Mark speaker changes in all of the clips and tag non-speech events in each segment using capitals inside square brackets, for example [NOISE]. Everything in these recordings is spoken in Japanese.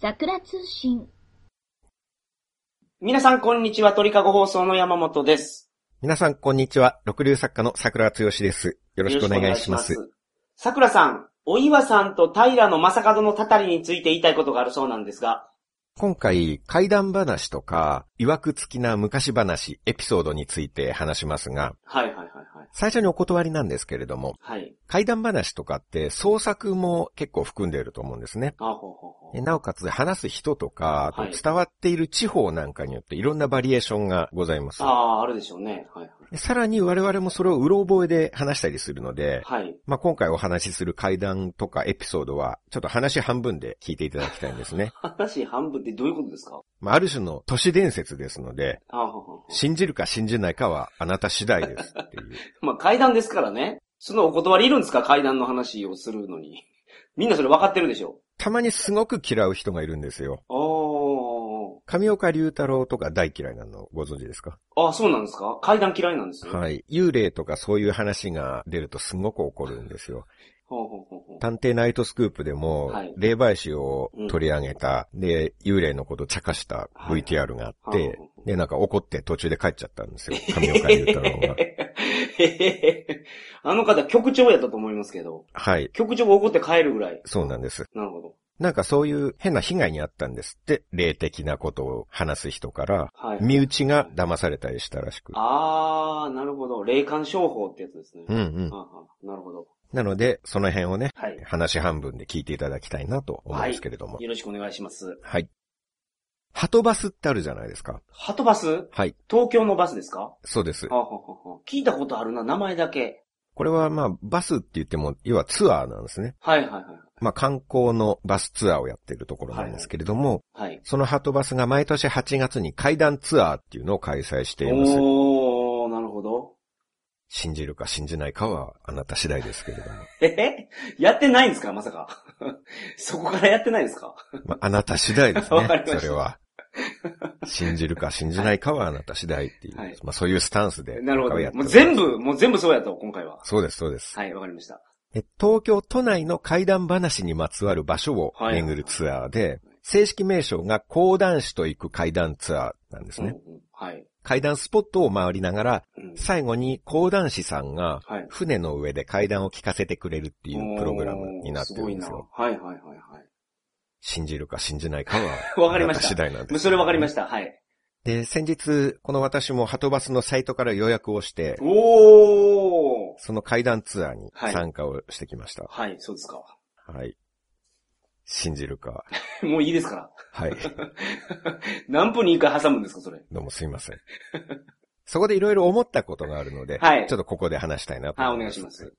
Speaker 1: 桜通信。
Speaker 2: 皆さん、こんにちは。鳥かご放送の山本です。
Speaker 3: 皆さん、こんにちは。六流作家の桜剛です。よろしくお願いします。
Speaker 2: よろくお願いします。桜さん、お岩さんと平の正門のたたりについて言いたいことがあるそうなんですが、
Speaker 3: 今回、怪談話とか、曰くつきな昔話、エピソードについて話しますが、
Speaker 2: はいはいはいはい。
Speaker 3: 最初にお断りなんですけれども、
Speaker 2: はい。
Speaker 3: 怪談話とかって創作も結構含んでいると思うんですね。
Speaker 2: あほうほうほう
Speaker 3: え。なおかつ、話す人とか、あ
Speaker 2: はい
Speaker 3: と伝わっている地方なんかによっていろんなバリエーションがございます
Speaker 2: あ。あ、あるでしょうね。はい
Speaker 3: でさらに我々もそれをうろ覚えで話したりするので、
Speaker 2: はい。はい。
Speaker 3: まあ、今回お話しする怪談とかエピソードは、ちょっと話半分で聞いていただきたいんで
Speaker 2: [LAUGHS]
Speaker 3: すね。
Speaker 2: 話半分ってどういうことですか
Speaker 3: まあ、ある種の都市伝説ですので、
Speaker 2: ああ、ほうほうほ
Speaker 3: 信じるか信じないかはあなた次第ですっていう。
Speaker 2: う。まあ、階段ですからね。そのお断りいるんですか階段の話をするのに。みんなそれ分かってるでしょ
Speaker 3: たまにすごく嫌う人がいるんですよ。
Speaker 2: おー。
Speaker 3: 上岡龍太郎とか大嫌いなのご存知ですか
Speaker 2: ああ、そうなんですか階段嫌いなんですね。
Speaker 3: はい。幽霊とかそういう話が出るとすごく怒るんですよ。
Speaker 2: ほうほうほうほう。
Speaker 3: 探偵ナイトスクープでも
Speaker 2: はい、
Speaker 3: 霊媒師を取り上げた、で、幽霊のことを茶化した VTR があっ
Speaker 2: はいはい
Speaker 3: て、で、なんか怒って途中で帰っちゃったんで
Speaker 2: [LAUGHS]
Speaker 3: すよ。上岡龍太郎が。 [LAUGHS]
Speaker 2: あの方、局長やったと思いますけど、
Speaker 3: はい。
Speaker 2: 局長が怒って帰るぐらい。
Speaker 3: そうなんです。
Speaker 2: なるほど。
Speaker 3: なんかそういう変な被害にあったんですって、霊的なことを話す人から、
Speaker 2: はい。
Speaker 3: 身内が騙されたりしたらしく。
Speaker 2: あー、なるほど。霊感商法ってやつですね。
Speaker 3: うんうん
Speaker 2: あ。あなるほど。
Speaker 3: なので、その辺をね、
Speaker 2: はい。
Speaker 3: 話半分で聞いていただきたいなと思うんですけれども。
Speaker 2: よろしくお願いします。
Speaker 3: はい。ハトバスってあるじゃないですか。
Speaker 2: ハトバス
Speaker 3: はい。
Speaker 2: 東京のバスですか
Speaker 3: そうです
Speaker 2: は。あはあはあはあ聞いたことあるな、名前だけ。
Speaker 3: これはまあ、バスって言っても、要はツアーなんですね。
Speaker 2: はいはいはい。
Speaker 3: まあ、観光のバスツアーをやってるところなんですけれども、
Speaker 2: はい。
Speaker 3: そのハトバスが毎年8月に階段ツアーっていうのを開催しています。
Speaker 2: おー、なるほど。
Speaker 3: 信じるか信じないかはあなた次第ですけれども。
Speaker 2: えへやってないんですかまさか。 [LAUGHS] そこからやってないですか
Speaker 3: まあ、あなた次第で
Speaker 2: [LAUGHS]
Speaker 3: す
Speaker 2: わ
Speaker 3: ね
Speaker 2: かり。ました
Speaker 3: それは。信じるか信じないかはあなた次第っていう。
Speaker 2: はい
Speaker 3: まあそういうスタンスで。
Speaker 2: なるほ
Speaker 3: 今回はや
Speaker 2: ど。もう
Speaker 3: っております
Speaker 2: 全部、もう全部そうやと、今回は。
Speaker 3: そうです、そうです、
Speaker 2: はい、わかりました。
Speaker 3: え東京都内の怪談話にまつわる場所を
Speaker 2: はい
Speaker 3: 巡るツアーで、正式名称が講談師と行く怪談ツアーなんですね。
Speaker 2: うんうんはい。
Speaker 3: 怪談スポットを回りながら、
Speaker 2: うん
Speaker 3: 最後に講談師さんが
Speaker 2: はい。
Speaker 3: 船の上で怪談を聞かせてくれるっていうプログラムになってるんです
Speaker 2: おー
Speaker 3: よ。
Speaker 2: ごいなはいはいはいは
Speaker 3: 信じるか信じないか
Speaker 2: い。
Speaker 3: は、
Speaker 2: [LAUGHS] わかりま
Speaker 3: あなた
Speaker 2: し
Speaker 3: 次
Speaker 2: た。
Speaker 3: 第なんです、
Speaker 2: もうそれわかりました。はい。
Speaker 3: で、先日、この私もハトバスのサイトから予約をして、
Speaker 2: おー。
Speaker 3: その階段ツアーに参加をしてきました。
Speaker 2: はい、そうですか。 [LAUGHS]
Speaker 3: はい。信じるか。
Speaker 2: もういいですから。 [LAUGHS]
Speaker 3: はい。
Speaker 2: 何分に一回挟むんですか、それ。
Speaker 3: どうもすいません。そこでいろいろ思ったことがあるので、
Speaker 2: はい
Speaker 3: ちょっとここで話したいなと
Speaker 2: はい、お
Speaker 3: 思
Speaker 2: 願
Speaker 3: いま
Speaker 2: い
Speaker 3: す。
Speaker 2: します。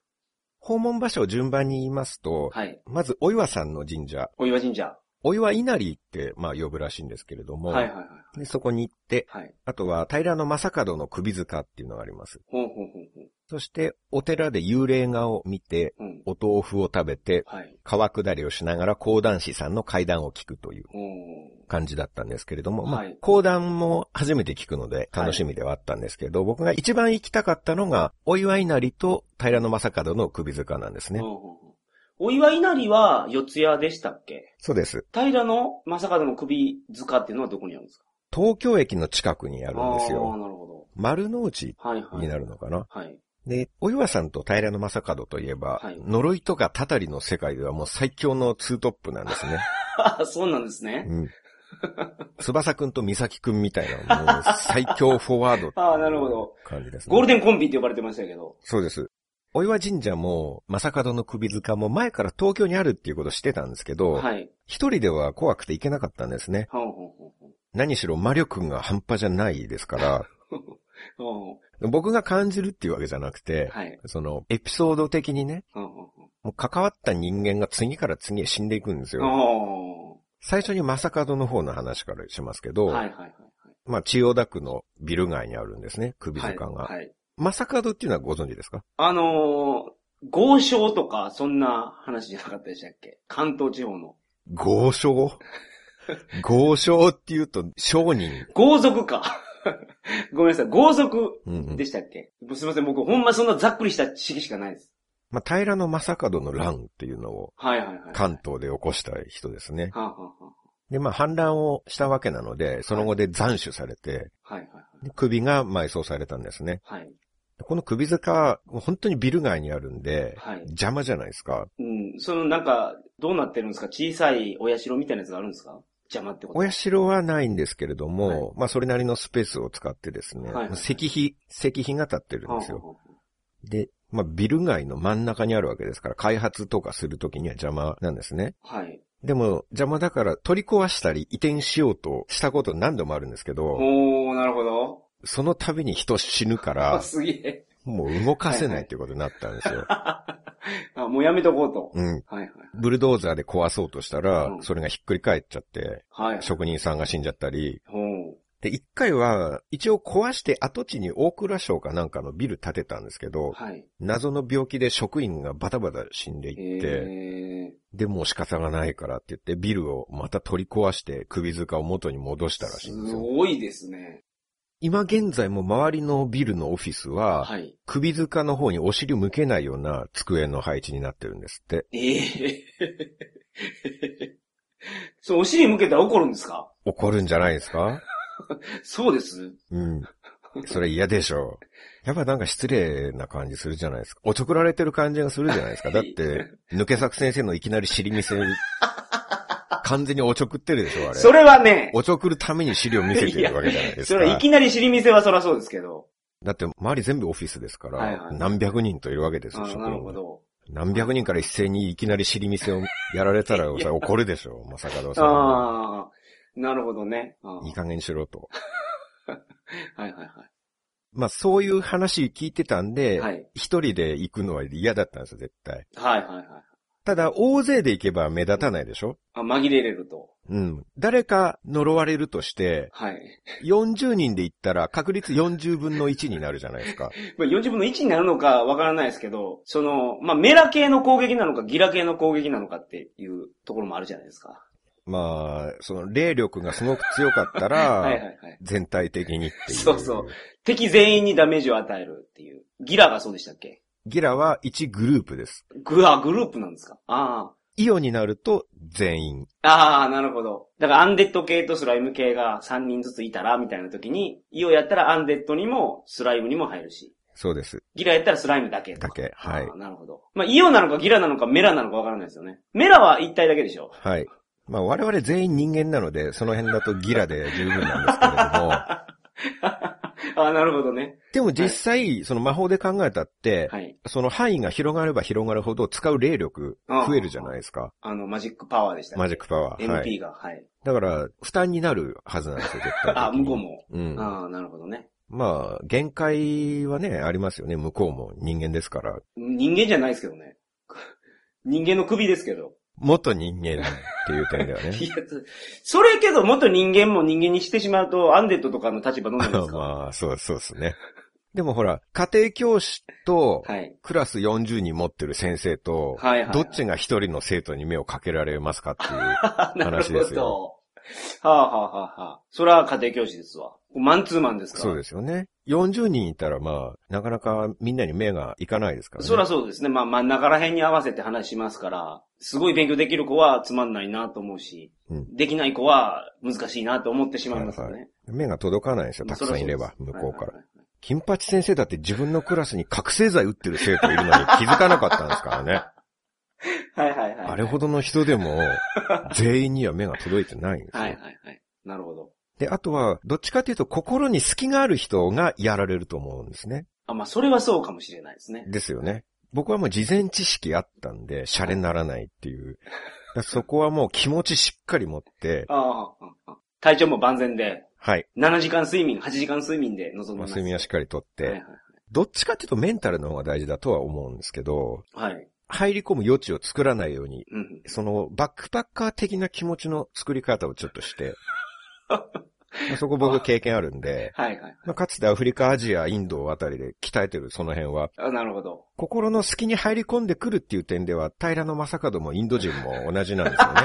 Speaker 3: 訪問場所を順番に言いますと、
Speaker 2: はい。
Speaker 3: まず、お岩さんの神社、
Speaker 2: お岩神社。は
Speaker 3: お岩稲荷って、まあ、呼ぶらしいんですけれども、
Speaker 2: いはいはい。
Speaker 3: でそこに行って、
Speaker 2: はい。
Speaker 3: あとは、平野正門の首塚っていうのがあります。
Speaker 2: ほんほんほんほん。
Speaker 3: そして、お寺で幽霊画を見て、
Speaker 2: うん。
Speaker 3: お豆腐を食べて、
Speaker 2: はい。
Speaker 3: 川下りをしながら講談師さんの会談を聞くという
Speaker 2: お
Speaker 3: 感じだったんですけれども、まあ
Speaker 2: はい
Speaker 3: 講談も初めて聞くので楽しみではあったんですけど、僕が一番行きたかったのが、お祝いなりと平野正門の首塚なんです
Speaker 2: ー。
Speaker 3: ね。
Speaker 2: ほんほんほんお岩稲荷は四谷でしたっけ
Speaker 3: そうです。
Speaker 2: 平の正門の首塚っていうのはどこにあるんですか
Speaker 3: 東京駅の近くにあるんです
Speaker 2: あー
Speaker 3: よ。
Speaker 2: なるほ
Speaker 3: 丸の内
Speaker 2: ど。はいはい。
Speaker 3: になるのかな。
Speaker 2: はい。 [LAUGHS]
Speaker 3: で、お岩さんと平野正門といえば、
Speaker 2: はい
Speaker 3: 呪いとかたたりの世界ではもう最強のツートップなんですね。
Speaker 2: あそうなんですね。
Speaker 3: うん。翼くんと美咲くんみたいな、もう最強フォワードってい
Speaker 2: [LAUGHS]
Speaker 3: う
Speaker 2: あーなるほど
Speaker 3: 感じですね。
Speaker 2: ゴールデンコンビって呼ばれてましたけど。
Speaker 3: そうです。お岩神社も、正門の首塚も前から東京にあるっていうことを知ってたんですけど、
Speaker 2: はい。
Speaker 3: 一人では怖くて行けなかったんですね。
Speaker 2: ほんほんほんほん
Speaker 3: 何しろ魔力が半端じゃないで
Speaker 2: [LAUGHS]
Speaker 3: すから、
Speaker 2: ほんほん。
Speaker 3: 僕が感じるっていうわけじゃなくて、
Speaker 2: [LAUGHS] はい。
Speaker 3: その、エピソード的にね、
Speaker 2: ほんほんほん
Speaker 3: もう関わった人間が次から次へ死んでいくんですよ。
Speaker 2: ほ
Speaker 3: 最初に正門の方の話からしますけ
Speaker 2: ん。
Speaker 3: ど、
Speaker 2: はいはいはい
Speaker 3: まあ、千代田区のビル街にあるんですね、首
Speaker 2: はい。
Speaker 3: 塚が。
Speaker 2: はいはい。
Speaker 3: 正門っていうのはご存知ですか
Speaker 2: あのー、豪商とか、そんな話じゃなかったでしたっけ関東地方の。
Speaker 3: 豪商 [LAUGHS] 豪商って言うと、商人。
Speaker 2: 豪族か。 [LAUGHS] ごめんなさい。豪族
Speaker 3: うんうん
Speaker 2: でしたっけ、すいません。僕、ほんまそんなざっくりした知識しかないです。
Speaker 3: まあ、平野正門の乱っていうのを
Speaker 2: はいはいはい。
Speaker 3: 関東で起こした人ですね。
Speaker 2: はあはあはあ
Speaker 3: で、まあ反乱をしたわけなので、その後で斬首されて、
Speaker 2: はいはい
Speaker 3: で首が埋葬されたんですね。
Speaker 2: はい。はい。
Speaker 3: この首塚、本当にビル街にあるんで、
Speaker 2: はい。
Speaker 3: 邪魔じゃないですか。
Speaker 2: うん。そのなんか、どうなってるんですか小さいお社みたいなやつがあるんですか邪魔ってこと。
Speaker 3: お社はないんですけれども、
Speaker 2: はい
Speaker 3: まあそれなりのスペースを使ってですね、
Speaker 2: はいはいはい
Speaker 3: 石碑、石碑が立ってるんですよ。
Speaker 2: は
Speaker 3: で、まあビル街の真ん中にあるわけですから、開発とかするときには邪魔なんですね。
Speaker 2: あはあはあはい。
Speaker 3: でも邪魔だから取り壊したり移転しようとしたこと何度もあるんですけど、
Speaker 2: おー、なるほど。
Speaker 3: その度に人死ぬか
Speaker 2: あ、
Speaker 3: ら、
Speaker 2: すげえ。 [LAUGHS]
Speaker 3: もう動かせないっていうことになったんですよ。
Speaker 2: あ、もうやめとこうと。
Speaker 3: うん。
Speaker 2: はいはい。
Speaker 3: ブルドーザーで壊そうとしたら
Speaker 2: う、ん
Speaker 3: それがひっくり返っちゃって、
Speaker 2: はい。
Speaker 3: 職人さんが死んじゃったり、
Speaker 2: ほう。
Speaker 3: で、一回は、一応壊して跡地に大倉省かなんかのビル建てたんですけど、
Speaker 2: はい。
Speaker 3: 謎の病気で職員がバタバタ死んでいっ
Speaker 2: え
Speaker 3: て、で、もう仕方がないからって言って、ビルをまた取り壊して首塚を元に戻した
Speaker 2: ー、
Speaker 3: らしい
Speaker 2: す
Speaker 3: んですよ。
Speaker 2: ごいですね。
Speaker 3: 今現在も周りのビルのオフィスは、
Speaker 2: はい。
Speaker 3: 首塚の方にお尻を向けないような机の配置になってるんですって。
Speaker 2: ええ [LAUGHS] そう、お尻向けたら怒るんですか
Speaker 3: 怒るんじゃないですか
Speaker 2: そうです。 [LAUGHS]
Speaker 3: うん。それ嫌でしょう。やっぱなんか失礼な感じするじゃないですか。おちょくられてる感じがするじゃないですか。だって、抜け作先生のいきなり尻見せ
Speaker 2: [LAUGHS]
Speaker 3: る。完全におちょくってるでしょ、あれ。
Speaker 2: それはね、
Speaker 3: おちょくるために資料見せてるわけじゃないです
Speaker 2: それはい
Speaker 3: か。
Speaker 2: きなり尻見せはそらそうですけど。
Speaker 3: だって周り全部オフィスですから、
Speaker 2: はいはい
Speaker 3: 何百人といるわけです
Speaker 2: あ
Speaker 3: よ、
Speaker 2: ー
Speaker 3: 職
Speaker 2: なる
Speaker 3: 員
Speaker 2: ほ
Speaker 3: が。
Speaker 2: ど。
Speaker 3: 何百人から一斉にいきなり尻見せをやられ
Speaker 2: [LAUGHS]
Speaker 3: たらさ怒るでしょう、まさかどうさ
Speaker 2: ああ、なるほどね。あー
Speaker 3: ん。いい加減にしろと。
Speaker 2: はいはい
Speaker 3: まあそういう話聞いてたん
Speaker 2: はい。
Speaker 3: で、
Speaker 2: はい。
Speaker 3: 一人で行くのは嫌だったんですよ、絶対。
Speaker 2: はいはいはい。
Speaker 3: ただ、大勢で行けば目立たないでしょ
Speaker 2: あ、紛れれると。
Speaker 3: うん。誰か呪われるとして、
Speaker 2: はい。
Speaker 3: 40人で行ったら確率40分の1になるじゃないですか。
Speaker 2: まあ、40分の1になるのかわからないですけど、その、まあ、メラ系の攻撃なのかギラ系の攻撃なのかっていうところもあるじゃないですか。
Speaker 3: まあ、その霊力がすごく強かった
Speaker 2: [LAUGHS] はいはいは
Speaker 3: ら、
Speaker 2: い。
Speaker 3: 全体的にっていう。
Speaker 2: そうそう。敵全員にダメージを与えるっていう。ギラがそうでしたっけ
Speaker 3: ギラは1グループです。
Speaker 2: グア、グループなんですかあ
Speaker 3: イオになると全員。
Speaker 2: あ。ああ、なるほど。だからアンデッド系とスライム系が3人ずついたら、みたいな時に、イオやったらアンデッドにもスライムにも入るし、
Speaker 3: そうです。
Speaker 2: ギラやったらスライムだけとか。
Speaker 3: だけはい
Speaker 2: ああなるほど。まあ、イオなのかギラなのかメラなのかわからないですよね。メラは一体だけでしょ。
Speaker 3: はい。まあ我々全員人間なので、その辺だとギラで十分なん
Speaker 2: [LAUGHS]
Speaker 3: ですけれども、
Speaker 2: ああ、なるほどね。
Speaker 3: でも実際、その魔法で考えたって、
Speaker 2: はい。
Speaker 3: その範囲が広がれば広がるほど使う霊力増えるじゃないですか。
Speaker 2: あの、マジックパワーでしたっけ
Speaker 3: マジックパワー。はい。
Speaker 2: MP が、はい。
Speaker 3: だから、負担になるはずなんですよ、絶対的に。
Speaker 2: あ、向こうも。
Speaker 3: うん。
Speaker 2: ああ、なるほどね。
Speaker 3: まあ、限界はね、ありますよね。向こうも人間ですから。
Speaker 2: 人間じゃないですけどね。 [LAUGHS] 人間の首ですけ
Speaker 3: [LAUGHS]
Speaker 2: ど。
Speaker 3: 元人間っていう点ではね
Speaker 2: い。や、 [LAUGHS] それけど、元人間も人間にしてしまうと、アンデッドとかの立場どうなるんですか、
Speaker 3: [LAUGHS] まあ、そう、そうですね。でもほら、家庭教師と、
Speaker 2: はい。
Speaker 3: クラス40人持ってる先生と、
Speaker 2: はいはいはい
Speaker 3: どっちが一人の生徒に目をかけられますかっていう。
Speaker 2: [LAUGHS] なる
Speaker 3: 話です
Speaker 2: ほど
Speaker 3: よ。
Speaker 2: はあ、はあはあはあ、それは家庭教師ですわ。マンツーマンですから。
Speaker 3: そうですよね。40人いたらまあ、なかなかみんなに目がいかないですからね。
Speaker 2: そりゃそうですね。まあ真ん中ら辺に合わせて話しますから、すごい勉強できる子はつまんないなと思うし、
Speaker 3: うん
Speaker 2: できない子は難しいなと思ってしまいますよね。
Speaker 3: はい目が届かないんですよ。
Speaker 2: ま
Speaker 3: た
Speaker 2: あ
Speaker 3: くさんいれば、
Speaker 2: そり
Speaker 3: 向
Speaker 2: ゃ
Speaker 3: こ
Speaker 2: そうです
Speaker 3: か
Speaker 2: は
Speaker 3: ら。
Speaker 2: いはいはい
Speaker 3: 金八先生だって自分のクラスに覚醒剤打ってる生徒いるのに気づかなかったんですか
Speaker 2: [LAUGHS]
Speaker 3: らね。
Speaker 2: はいはいはい。
Speaker 3: あれほどの人でも、全員には目が届いてないんですよ。
Speaker 2: はいはいはい。なるほど。
Speaker 3: で、あとは、どっちかというと心に隙がある人がやられると思うんですね。
Speaker 2: あ、まあそれはそうかもしれないですね。
Speaker 3: ですよね。僕はもう事前知識あったんで、シャレにならないっていう。だからそこはもう気持ちしっかり持って、
Speaker 2: ああああ、ああ体調も万全で、
Speaker 3: はい。
Speaker 2: 7時間睡眠、8時間睡眠で臨み
Speaker 3: まあ
Speaker 2: ます。
Speaker 3: 睡眠はしっかりとっ
Speaker 2: はいはい
Speaker 3: て、どっちかっていうとメンタルの方が大事だとは思うんですけど、
Speaker 2: はい。はい。
Speaker 3: 入り込む余地を作らないように
Speaker 2: うん。
Speaker 3: そのバックパッカー的な気持ちの作り方をちょっとして、まあそこ僕経験あるんで、
Speaker 2: はいはい。
Speaker 3: まあ、かつてアフリカ、アジア、インドあたりで鍛えてるその辺は、
Speaker 2: あなるほど。
Speaker 3: 心の隙に入り込んでくるっていう点では、平野正門もインド人も同じ [LAUGHS] なんですよね。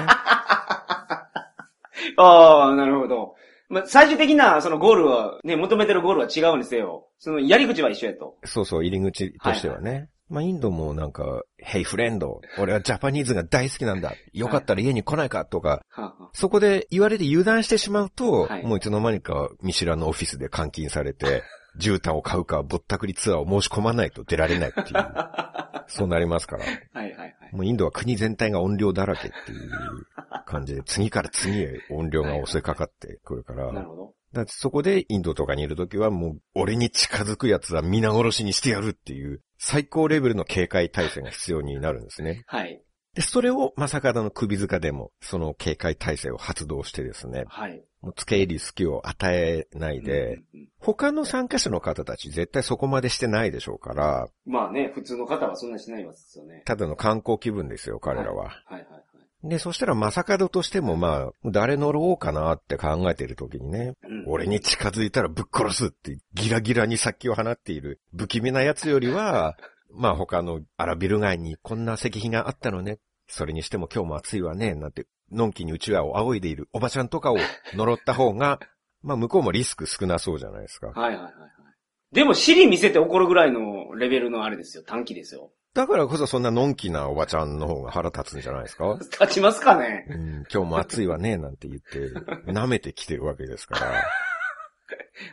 Speaker 2: ああ、なるほど。まあ、最終的な、そのゴールは、ね、求めてるゴールは違うにせよ。その、やり口は一緒やと。
Speaker 3: そうそう、入り口としてはね。まあ、インドもなんか、Hey friend! 俺はジャパニーズが大好きなんだよかったら家に来ないかとか、
Speaker 2: はあは
Speaker 3: そこで言われて油断してしまうと、
Speaker 2: はい
Speaker 3: もういつの間にか見知らぬオフィスで監禁され
Speaker 2: [LAUGHS]
Speaker 3: て、絨毯を買うかぼったくりツアーを申し込まないと出られないっていう、そうなりますから。
Speaker 2: あ [LAUGHS] はいはいはい。
Speaker 3: もうインドは国全体が音量だらけっていう感じで、次から次へ音量が襲いかかってくるから、
Speaker 2: なるほど。
Speaker 3: だってそこでインドとかにいるときはもう、俺に近づく奴は皆殺しにしてやるっていう、最高レベルの警戒体制が必要になるんですね。
Speaker 2: はい。
Speaker 3: で、それを、まさかだの首塚でも、その警戒体制を発動してですね、
Speaker 2: はい。
Speaker 3: もう付け入り隙を与えないで、
Speaker 2: うんうん
Speaker 3: 他の参加者の方たち絶対そこまでしてないでしょうから、
Speaker 2: うん、まあね、普通の方はそんなしないわけですよね。
Speaker 3: ただの観光気分ですよ、彼らは。
Speaker 2: はいはいはい。
Speaker 3: で、そしたら、まさかどとしても、まあ、誰乗ろうかなって考えてる時にね、
Speaker 2: うん
Speaker 3: 俺に近づいたらぶっ殺すって、ギラギラに殺気を放っている、不気味な奴より
Speaker 2: [LAUGHS]
Speaker 3: は、まあ他の荒ビル街にこんな石碑があったのね。それにしても今日も暑いわね、なんて、のんきにうちわを仰いでいるおばちゃんとかを呪った方が、まあ向こうもリスク少なそうじゃないですか。
Speaker 2: はいはいはいはい。でも、尻見せて怒るぐらいのレベルのあれですよ。短期ですよ。
Speaker 3: だからこそそんなのんきなおばちゃんの方が腹立つんじゃないですか
Speaker 2: 立ちますかね
Speaker 3: うん、今日も暑いわね、なんて言
Speaker 2: [LAUGHS]
Speaker 3: って、舐めてきてるわけですから。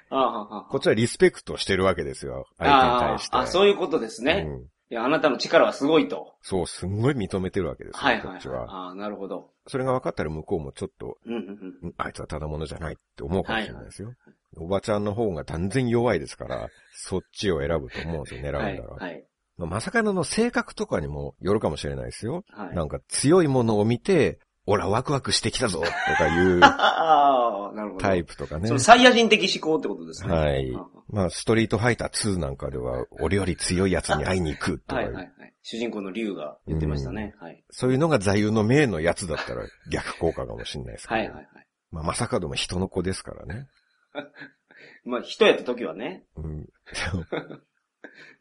Speaker 2: ああはあはあ
Speaker 3: こっちはリスペクトしてるわけですよ。相手に対して。
Speaker 2: あーあ、そういうことですね。
Speaker 3: うん
Speaker 2: いや、あなたの力はすごいと。
Speaker 3: そう、すんごい認めてるわけですよ、
Speaker 2: はいはいは
Speaker 3: こ
Speaker 2: い
Speaker 3: っち。は。
Speaker 2: ああ、なるほど。
Speaker 3: それが分かったら向こうもちょっと、
Speaker 2: うんうんうん。
Speaker 3: んあいつはただ者じゃないって思うかもしれないですよ。おばちゃんの方が断然弱いですから、そっちを選ぶと思うんですよ、狙うんだら。
Speaker 2: はいはい。
Speaker 3: まあまさかのの性格とかにもよるかもしれないですよ。
Speaker 2: はい。
Speaker 3: なんか強いものを見て、オラワクワクしてきたぞとかいう
Speaker 2: ああ、なるほど。
Speaker 3: タイプとかね
Speaker 2: その。サイヤ人的思考ってことですね。
Speaker 3: はい
Speaker 2: あ
Speaker 3: まあ、ストリートファイター2なんかでは、俺より強い奴に会いに行く
Speaker 2: あ
Speaker 3: と
Speaker 2: は
Speaker 3: かい
Speaker 2: いうはいはい。主人公の竜が言ってましたね。はい。
Speaker 3: そういうのが座右の銘のやつだったら逆効果かもしれないですけ
Speaker 2: は
Speaker 3: ど。
Speaker 2: いはいはい。
Speaker 3: まあ、まさかでも人の子ですからね。
Speaker 2: まあ、人やった時はね。
Speaker 3: うん、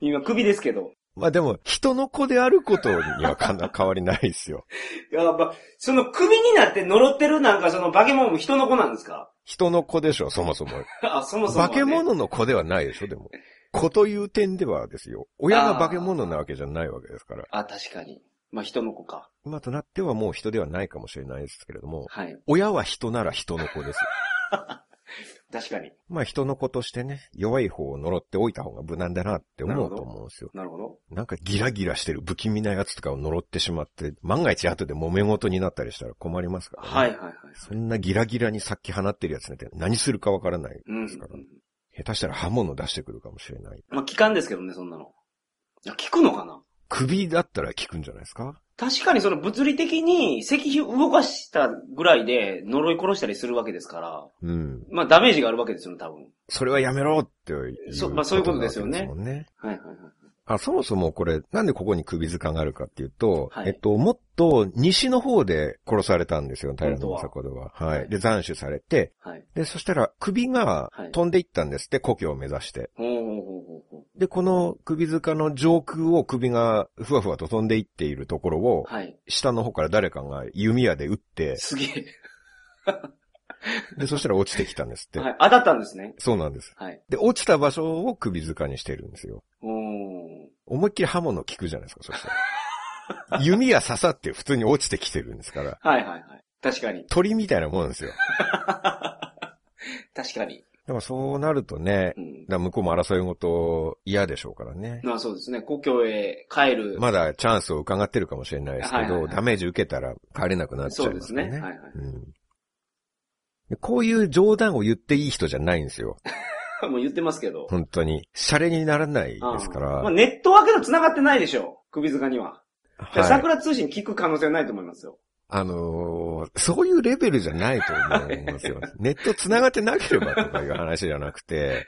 Speaker 2: 今、首ですけど。
Speaker 3: [LAUGHS] まあでも、人の子であることにはかな変わりないですよ。
Speaker 2: いや、まあ、その首になって呪ってるなんか、その化け物も人の子なんですか [LAUGHS]
Speaker 3: 人の子でしょ、そもそも。
Speaker 2: あ、そもそも、
Speaker 3: 化け物の子ではないでしょ、でも。子という点ではですよ。親が化け物なわけじゃないわけですから。
Speaker 2: あ、確かに。まあ、人の子か。
Speaker 3: 今となってはもう人ではないかもしれないですけれども、
Speaker 2: はい。
Speaker 3: 親は人なら人の
Speaker 2: [LAUGHS]
Speaker 3: 子です。
Speaker 2: 確かに。
Speaker 3: まあ人の子としてね、弱い方を呪っておいた方が無難だなって思うと思うんですよ。
Speaker 2: なるほど。
Speaker 3: なんかギラギラしてる不気味なやつとかを呪ってしまって、万が一後で揉め事になったりしたら困りますから、ね。
Speaker 2: はいはいはい。
Speaker 3: そんなギラギラに殺気放ってるやつなんて何するかわからない。
Speaker 2: うん、う
Speaker 3: ですから
Speaker 2: ん。
Speaker 3: 下手したら刃物出してくるかもしれない。
Speaker 2: まあ、聞かんですけどね、そんなの。いや、聞くのかな
Speaker 3: 首だったら効くんじゃないですか
Speaker 2: 確かにその物理的に石碑を動かしたぐらいで呪い殺したりするわけですから、
Speaker 3: うん。
Speaker 2: まあダメージがあるわけですよね、多分。
Speaker 3: それはやめろっていう。
Speaker 2: そまあそういうことですよね
Speaker 3: なわけですもんね。
Speaker 2: はいはいはい。
Speaker 3: あ、そもそもこれ、なんでここに首塚があるかっていうと、
Speaker 2: はい
Speaker 3: えっと、もっと西の方で殺されたんですよ、平野
Speaker 2: 本当
Speaker 3: 政子では。はい。で、斬首されて、
Speaker 2: はい。
Speaker 3: で、そしたら首が飛んでいったんですって、故郷を目指して。
Speaker 2: ほうほうほうほうほ
Speaker 3: で、この首塚の上空を首がふわふわと飛んでいっているところを
Speaker 2: う。、はい。
Speaker 3: 下の方から誰かが弓矢で撃って、
Speaker 2: [LAUGHS] すげえ。
Speaker 3: で、そしたら落ちてきたんですって。
Speaker 2: はい。当たったんですね。
Speaker 3: そうなんです。
Speaker 2: はい。
Speaker 3: で、落ちた場所を首塚にしてるんですよ。
Speaker 2: おー。
Speaker 3: 思いっきり刃物効くじゃないですか、そした
Speaker 2: [LAUGHS]
Speaker 3: ら。弓矢刺さって普通に落ちてきてるんですから。
Speaker 2: はいはいはい。確かに。 [LAUGHS]
Speaker 3: 鳥みたいなもんですよ。
Speaker 2: 確かに。
Speaker 3: でもそうなるとね、
Speaker 2: うん
Speaker 3: だ。から向こうも争いごと嫌でしょうからね。
Speaker 2: まあそうですね。故郷へ帰る。
Speaker 3: まだチャンスを伺ってるかもしれないですけ
Speaker 2: はいはい
Speaker 3: ど、
Speaker 2: はい
Speaker 3: ダメージ受けたら帰れなくなっち
Speaker 2: そ
Speaker 3: ゃ
Speaker 2: う
Speaker 3: い
Speaker 2: で
Speaker 3: ますすから
Speaker 2: ね。
Speaker 3: ね。
Speaker 2: はいはい。
Speaker 3: うんでこういう冗談を言っていい人じゃないんですよ。
Speaker 2: [LAUGHS] もう言ってますけど。
Speaker 3: 本当に。シャレにならないですか
Speaker 2: あ
Speaker 3: ら。
Speaker 2: ーまあ、ネットワークと繋がってないでしょう。首塚には。
Speaker 3: はい、
Speaker 2: 桜通信聞く可能性はないと思いますよ。
Speaker 3: あのーそういうレベルじゃないと思うんですよ。ネット繋がってなければとかいう話じゃなくて。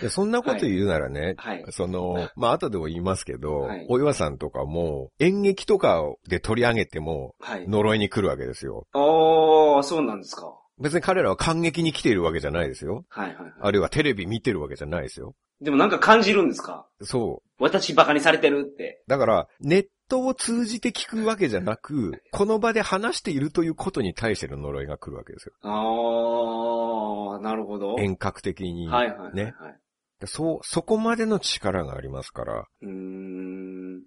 Speaker 3: でそんなこと言うならね、
Speaker 2: はい。
Speaker 3: その、まあ、後でも言いますけど、
Speaker 2: はい
Speaker 3: お岩さんとかも演劇とかで取り上げても
Speaker 2: はい。
Speaker 3: 呪いに来るわけですよ。
Speaker 2: ああ、そうなんですか。
Speaker 3: 別に彼らは感激に来ているわけじゃないですよ。
Speaker 2: はいはいは
Speaker 3: あるいはテレビ見てるわけじゃないですよ。
Speaker 2: い。でもなんか感じるんですか
Speaker 3: そう。
Speaker 2: 私バカにされてるって。
Speaker 3: だから、ネットを通じて聞くわけじゃなく、この場で話しているということに対しての呪いが来るわけですよ。
Speaker 2: ああ、なるほど。はい
Speaker 3: 遠隔的に。
Speaker 2: はいはい、はい。
Speaker 3: ねそう、そこまでの力がありますから、
Speaker 2: うーん。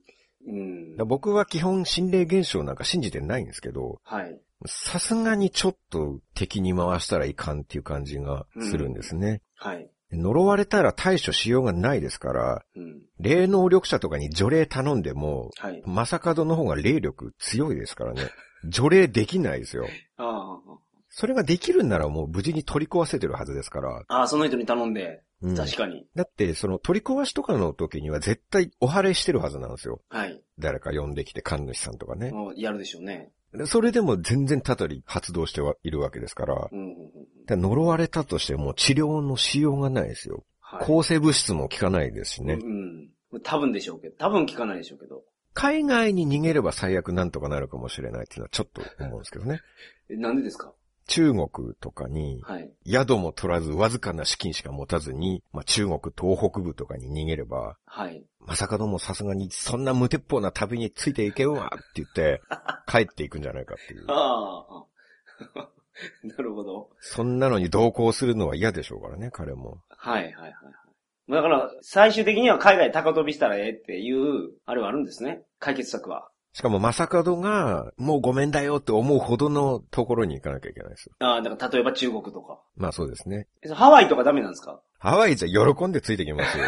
Speaker 2: うん
Speaker 3: ら僕は基本心霊現象なんか信じてないんですけど、
Speaker 2: はい。
Speaker 3: さすがにちょっと敵に回したらいかんっていう感じがするんですね。
Speaker 2: はい。
Speaker 3: 呪われたら対処しようがないですから、
Speaker 2: うん。
Speaker 3: 霊能力者とかに除霊頼んでも、
Speaker 2: はい。
Speaker 3: まさかどの方が霊力強いですから [LAUGHS] ね。除霊できないですよ。
Speaker 2: ああ
Speaker 3: それができるんならもう無事に取り壊せてるはずですから。
Speaker 2: ああ、ああ、その人に頼んで、
Speaker 3: うん、
Speaker 2: 確かに。
Speaker 3: だって、その取り壊しとかの時には絶対お晴れしてるはずなんですよ。
Speaker 2: はい。
Speaker 3: 誰か呼んできて神主さんとかね。
Speaker 2: もうやるでしょうね。
Speaker 3: でそれでも全然たたり発動してはいるわけですから。
Speaker 2: うんうんうん。
Speaker 3: で呪われたとしても治療のしようがないですよ。
Speaker 2: はい。
Speaker 3: 抗生物質も効かないですしね。
Speaker 2: うん。多分でしょうけど、多分聞かないでしょうけど。
Speaker 3: 海外に逃げれば最悪なんとかなるかもしれないっていうのはちょっと思うんですけどね。
Speaker 2: え、なんでですか
Speaker 3: 中国とかに
Speaker 2: はい。
Speaker 3: 宿も取らずわずかな資金しか持たずに、まあ、中国東北部とかに逃げれば、
Speaker 2: はい。
Speaker 3: まさかどもさすがにそんな無鉄砲な旅についていけよわって言
Speaker 2: [LAUGHS]
Speaker 3: って帰っていくんじゃないかっていう
Speaker 2: あ。ああ。 [LAUGHS] なるほど。
Speaker 3: そんなのに同行するのは嫌でしょうからね、彼も。
Speaker 2: はいはいはいはい。まあだから、最終的には海外高飛びしたらええっていう、あれはあるんですね。解決策は。
Speaker 3: しかもまさかどがもうごめんだよって思うほどのところに行かなきゃいけないですよ。
Speaker 2: ああ、だから例えば中国とか。
Speaker 3: まあそうですね。
Speaker 2: えハワイとかダメなんですか [LAUGHS]
Speaker 3: ハワイじゃ喜んでついてきますよ。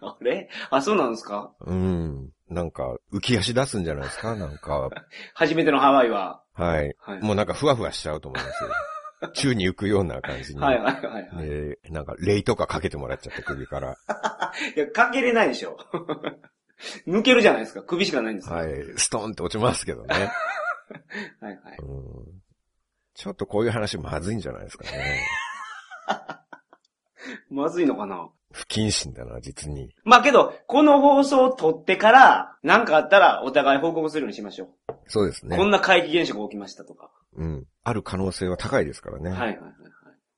Speaker 2: あれあ、そうなんですか
Speaker 3: うん。なんか、浮き足出すんじゃないですかなんか、
Speaker 2: 初めてのハワイは。
Speaker 3: はい。
Speaker 2: はい。
Speaker 3: もうなんかふわふわしちゃうと思いますよ。宙に浮くような感じに。
Speaker 2: はいはいはいはい。
Speaker 3: で、なんか、霊とかかけてもらっちゃって首から。
Speaker 2: いや、かけれないでしょ。 [LAUGHS] 抜けるじゃないですか。首しかないんですよ
Speaker 3: はい。ストーンって落ちますけどね。
Speaker 2: はいはい。
Speaker 3: うん。ちょっとこういう話まずいんじゃないですかね。
Speaker 2: まずいのかな
Speaker 3: 不謹慎だな、実に。
Speaker 2: まあけど、この放送を撮ってから、なんかあったらお互い報告するようにしましょ
Speaker 3: そうです
Speaker 2: う。こん
Speaker 3: ね。
Speaker 2: な怪奇現象が起きましたとか。
Speaker 3: うん。ある可能性は高いですからね。
Speaker 2: はいはいはいはい。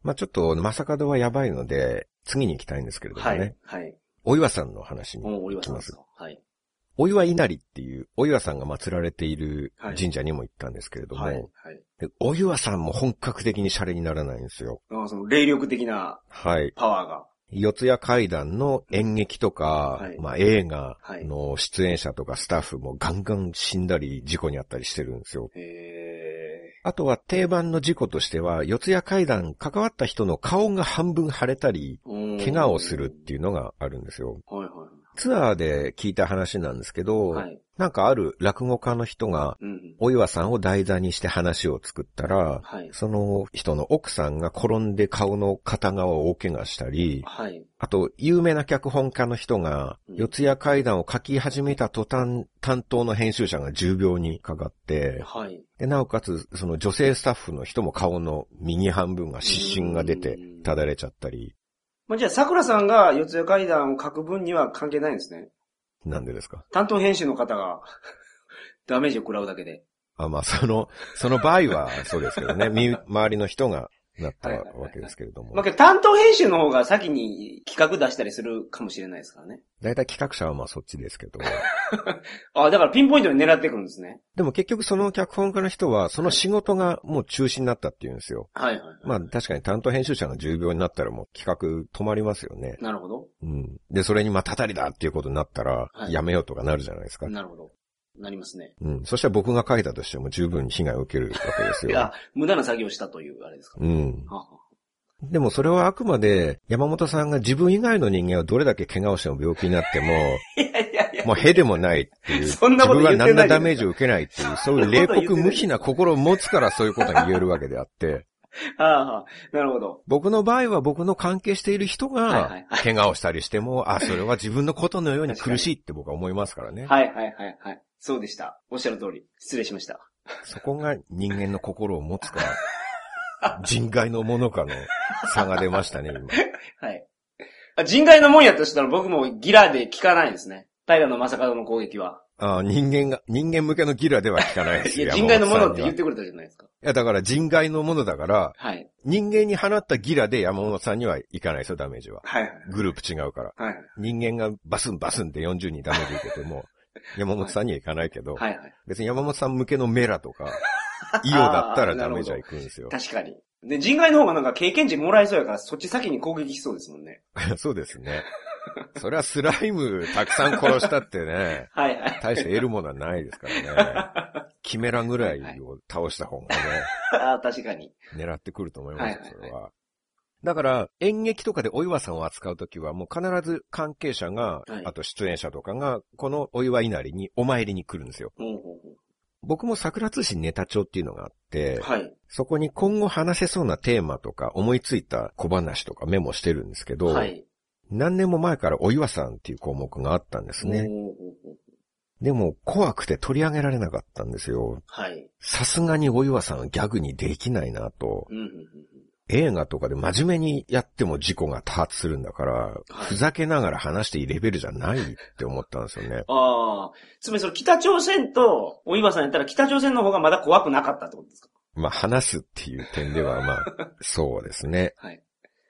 Speaker 3: まあちょっと、まさかどはやばいので、次に行きたいんですけれども
Speaker 2: は
Speaker 3: ね。
Speaker 2: い。はい。
Speaker 3: お岩さんの話に
Speaker 2: もう、お
Speaker 3: 行
Speaker 2: 岩
Speaker 3: き
Speaker 2: さん
Speaker 3: ま
Speaker 2: です
Speaker 3: す。
Speaker 2: か。はい。
Speaker 3: お岩稲荷っていう、お岩さんが祀られている神社にも行ったんですけれども、
Speaker 2: はい。はい。
Speaker 3: でお岩さんも本格的にシャレにならないんですよ。
Speaker 2: あその、霊力的な
Speaker 3: はい。
Speaker 2: パワーが。
Speaker 3: 四谷階段の演劇とか、
Speaker 2: はい
Speaker 3: まあ映画の出演者とかスタッフもガンガン死んだり事故にあったりしてるんですよ。
Speaker 2: へえ。
Speaker 3: あとは定番の事故としては、四谷階段関わった人の顔が半分腫れたり、怪
Speaker 2: 怪
Speaker 3: 我をするっていうのがあるんですよ。
Speaker 2: う。はいはい
Speaker 3: ツアーで聞いた話なんですけど、
Speaker 2: はい。はい。
Speaker 3: なんかある落語家の人が、
Speaker 2: うん。
Speaker 3: お岩さんを題座にして話を作ったら、
Speaker 2: はい。
Speaker 3: その人の奥さんが転んで顔の片側を大怪我したり、
Speaker 2: はい。
Speaker 3: あと、有名な脚本家の人が、
Speaker 2: うん
Speaker 3: 四谷階段を書き始めた途端、担当の編集者が重病にかかって、
Speaker 2: はい。
Speaker 3: でなおかつ、その女性スタッフの人も顔の右半分が湿疹が出て
Speaker 2: うん、
Speaker 3: ただれちゃったり、
Speaker 2: まあ、じゃあ、桜さんが四谷階段を書く分には関係ないんですね。
Speaker 3: なんでですか
Speaker 2: 担当編集の方が、 [LAUGHS] ダメージを食らうだけで。
Speaker 3: あ、まあ、その、その場合はそうですけどね、み周りの人がなったわけですけれども
Speaker 2: まあ、。けど担当編集の方が先に企画出したりするかもしれないですからね。
Speaker 3: 大体企画者はまあそっちですけども。
Speaker 2: ああ、だからピンポイントに狙ってくるんですね。
Speaker 3: でも結局その脚本家の人は、その仕事がもう中止になったって言うんですよ。
Speaker 2: はいはいはい。
Speaker 3: まあ確かに担当編集者が重病になったらもう企画止まりますよね。
Speaker 2: なるほど。
Speaker 3: うん。で、それにまあたたりだっていうことになったら
Speaker 2: は、い
Speaker 3: やめようとかなるじゃないですか。
Speaker 2: なるほど。なりますね。
Speaker 3: うん。そしたら僕が書いたとしても十分に被害を受けるわけです
Speaker 2: い
Speaker 3: よ
Speaker 2: や。、無駄な作業したという、あれですか。
Speaker 3: うん。
Speaker 2: はあは
Speaker 3: でもそれはあくまで山本さんが自分以外の人間はどれだけ怪我をしても病気になっても、
Speaker 2: [LAUGHS] あいやいやいや。
Speaker 3: もうへでもないっていう。
Speaker 2: そんな
Speaker 3: 自
Speaker 2: こと言
Speaker 3: 分
Speaker 2: っ
Speaker 3: は
Speaker 2: てない
Speaker 3: 何ら
Speaker 2: じゃない
Speaker 3: ダメー
Speaker 2: ですか
Speaker 3: ジを受けないっていう、そういう冷酷無比な心を持つからそういうことが言えるわけであって、
Speaker 2: はあはあ、なるほど。
Speaker 3: 僕の場合は僕の関係している人
Speaker 2: はいは
Speaker 3: が
Speaker 2: いは、
Speaker 3: 怪我をしたりしても、あ、それは自分のことのように苦しいって僕は思いますからね。
Speaker 2: はいはいはいはい。そうでした。おっしゃる通り。失礼しました。
Speaker 3: そこが人間の心を持つ
Speaker 2: [LAUGHS]
Speaker 3: か、人外のものかの差が出ましたね、今。
Speaker 2: はい。あ人外のもんやとしたら僕もギラで聞かないですね。平野正門の攻撃は。
Speaker 3: あ人間が、人間向けのギラでは聞かないです
Speaker 2: いや、
Speaker 3: よ。
Speaker 2: 人外のものって
Speaker 3: 山本さんには
Speaker 2: 言ってくれたじゃないですか。
Speaker 3: いや、だから人外のものだから、
Speaker 2: はい。
Speaker 3: 人間に放ったギラで山本さんにはいかないですよ、ダメージは。
Speaker 2: はいはい。
Speaker 3: グループ違うから。
Speaker 2: はい
Speaker 3: 人間がバスンバスンって40人ダメージ受けても、山本さんにはいかないけど、
Speaker 2: はいはい。
Speaker 3: 別に山本さん向けのメラとか、
Speaker 2: [LAUGHS]
Speaker 3: イオだったらダメージはいくんですよ。
Speaker 2: 確かに。で、人外の方がなんか経験値もらえそうやから、そっち先に攻撃しそうですもんね。
Speaker 3: [LAUGHS] そうですね。それはスライムたくさん殺したってね、
Speaker 2: はいはい。
Speaker 3: 大して得るものはないですからね。キメラぐらいを倒した方がね、
Speaker 2: あー確かに。
Speaker 3: 狙ってくると思いますよ
Speaker 2: はい、はいはい
Speaker 3: それは。だから、演劇とかでお岩さんを扱うときは、もう必ず関係者が、
Speaker 2: はい
Speaker 3: あと出演者とかが、このお岩稲荷にお参りに来るんですよ。
Speaker 2: ほうほうほ
Speaker 3: 僕も桜通信ネタ帳っていうのがあって
Speaker 2: う、はい。
Speaker 3: そこに今後話せそうなテーマとか、思いついた小話とかメモしてるんですけど、
Speaker 2: はい。
Speaker 3: 何年も前からお岩さんっていう項目があったんですね。
Speaker 2: ほうほうほう
Speaker 3: でも、怖くて取り上げられなかったんですよ。
Speaker 2: はい。
Speaker 3: さすがにお岩さんはギャグにできないなと。
Speaker 2: うんうんうん
Speaker 3: 映画とかで真面目にやっても事故が多発するんだから、
Speaker 2: はい。
Speaker 3: ふざけながら話していいレベルじゃないって思ったんですよね
Speaker 2: ああ。つまりその北朝鮮と、お岩さんやったら北朝鮮の方がまだ怖くなかったってことですか
Speaker 3: まあ話すっていう点ではまあ、そうですね。
Speaker 2: はい。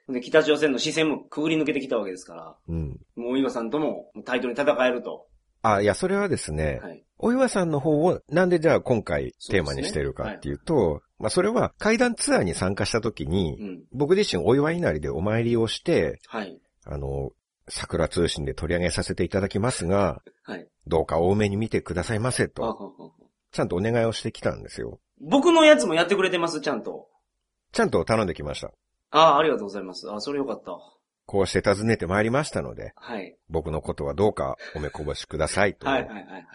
Speaker 2: で、北朝鮮の視線もくぐり抜けてきたわけですから、
Speaker 3: うん。
Speaker 2: もうお岩さんとも対等に戦えると。
Speaker 3: あ、いや、それはですね、
Speaker 2: はい。
Speaker 3: お岩さんの方をなんでじゃあ今回テーマにしてるかっていうと、まあそれは階段ツアーに参加した時に、
Speaker 2: うん。
Speaker 3: 僕自身お祝いなりでお参りをして、
Speaker 2: はい。
Speaker 3: あの、桜通信で取り上げさせていただきますが、
Speaker 2: はい
Speaker 3: どうか多めに見てくださいま
Speaker 2: あ
Speaker 3: せ
Speaker 2: は
Speaker 3: と、
Speaker 2: はは
Speaker 3: ちゃんとお願いをしてきたんですよ。
Speaker 2: 僕のやつもやってくれてます、ちゃんと。
Speaker 3: ちゃんと頼んできました。
Speaker 2: ああ、ありがとうございます。ああ、それよかった。
Speaker 3: こうして尋ねてまいりましたので、
Speaker 2: はい。
Speaker 3: 僕のことはどうかお目こぼしくださいと。
Speaker 2: はい、はい、はい、はい。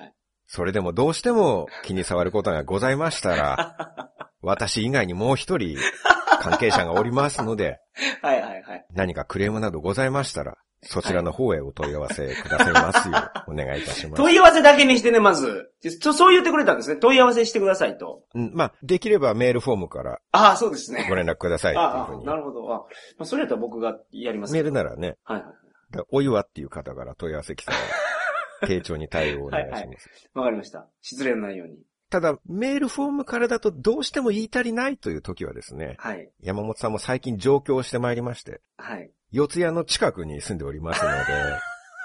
Speaker 3: それでもどうしても気に障ることがございましたら、
Speaker 2: [LAUGHS]
Speaker 3: 私以外にもう一人関係者がおりますので、
Speaker 2: はい、はい、はい。
Speaker 3: 何かクレームなどございましたら、そちらの方へお問い合わせくださいますよ
Speaker 2: [LAUGHS]
Speaker 3: う、お願いいたします。
Speaker 2: 問い合わせだけにしてね、まず。そそう言ってくれたんですね。問い合わせしてくださいと。
Speaker 3: うん、まあ、できればメールフォームから
Speaker 2: ああ、そうですね。
Speaker 3: ご連絡くださいって
Speaker 2: あ [LAUGHS]
Speaker 3: いう
Speaker 2: あ
Speaker 3: ふう、に。
Speaker 2: なるほど。あ、まあ、それやったら僕がやります。
Speaker 3: メールならね、
Speaker 2: はいはい。
Speaker 3: だお祝っていう方から問い合わせ来
Speaker 2: [LAUGHS]
Speaker 3: たら、丁重に対応をお願いします。
Speaker 2: はいはわかりました。失礼のないように。
Speaker 3: ただ、メールフォームからだとどうしても言い足りないという時はですね、
Speaker 2: はい。
Speaker 3: 山本さんも最近上京してまいりまして、
Speaker 2: はい。
Speaker 3: 四谷の近くに住んでおりますの
Speaker 2: [LAUGHS]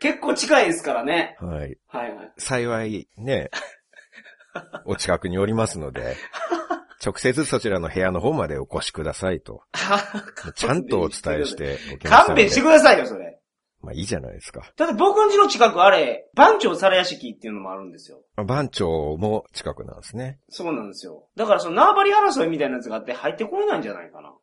Speaker 2: 結構近いですからね。
Speaker 3: で、はい。
Speaker 2: はいはい。
Speaker 3: 幸い
Speaker 2: [LAUGHS]
Speaker 3: ね、お近くにおりますので、直接そちらの部屋の方までお越しくださいと、 [LAUGHS] ちゃんとお伝えし。ておきましたので。
Speaker 2: [LAUGHS] 勘弁してくださいよ、それ。
Speaker 3: まあいいじゃないですか。
Speaker 2: だって僕ん家の近くあれ、番長皿屋敷っていうのもあるんですよ。
Speaker 3: 番長も近くなんですね。
Speaker 2: そうなんですよ。だからその縄張り争いみたいなやつがあって入ってこれないんじゃないかな。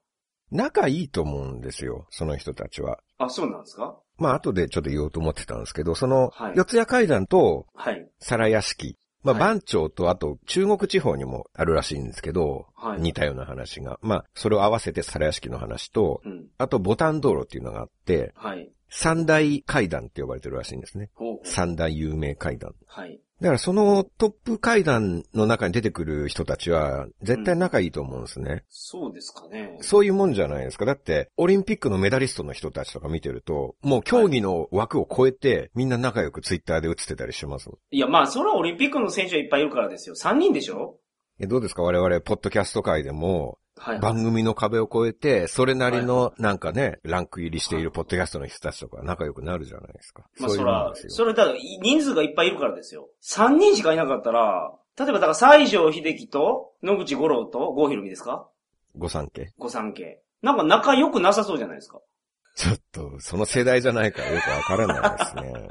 Speaker 3: 仲いいと思うんですよ、その人たちは。
Speaker 2: あ、そうなんですか
Speaker 3: まあ、後でちょっと言おうと思ってたんですけど、その
Speaker 2: はい、
Speaker 3: 四谷階段と
Speaker 2: はい。
Speaker 3: 皿屋敷、まあ、
Speaker 2: はい
Speaker 3: 番長とあと中国地方にもあるらしいんですけど、
Speaker 2: はい。
Speaker 3: 似たような話が。まあ、それを合わせて皿屋敷の話と、
Speaker 2: うん。
Speaker 3: あとボタン道路っていうのがあって、
Speaker 2: はい。
Speaker 3: 三大階段って呼ばれてるらしいんですね。
Speaker 2: ほう。
Speaker 3: 三大有名階段。
Speaker 2: はい。
Speaker 3: だからそのトップ階段の中に出てくる人たちは、絶対仲いいと思うんですね。
Speaker 2: そうですかね。
Speaker 3: そういうもんじゃないですか。だって、オリンピックのメダリストの人たちとか見てると、もう競技の枠を超えて、みんな仲良くツイッターで映ってたりします。
Speaker 2: いや、まあ、それはオリンピックの選手はいっぱいいるからですよ。3人でしょ
Speaker 3: えどうですか我々、ポッドキャスト界でも、
Speaker 2: はい。
Speaker 3: 番組の壁を越えて、それなりの、なんかね、ランク入りしているポッドキャストの人たちとか仲良くなるじゃないですか。
Speaker 2: まあ、
Speaker 3: そうい
Speaker 2: そう
Speaker 3: もん
Speaker 2: ら
Speaker 3: です、よ。
Speaker 2: それだ、人数がいっぱいいるからですよ。3人しかいなかったら、例えば、だから、西城秀樹と、野口五郎と、郷ひろみですか
Speaker 3: ご参加。
Speaker 2: 御三家。なんか仲良くなさそうじゃないですか。
Speaker 3: ちょっと、その世代じゃないからよくわからないですね。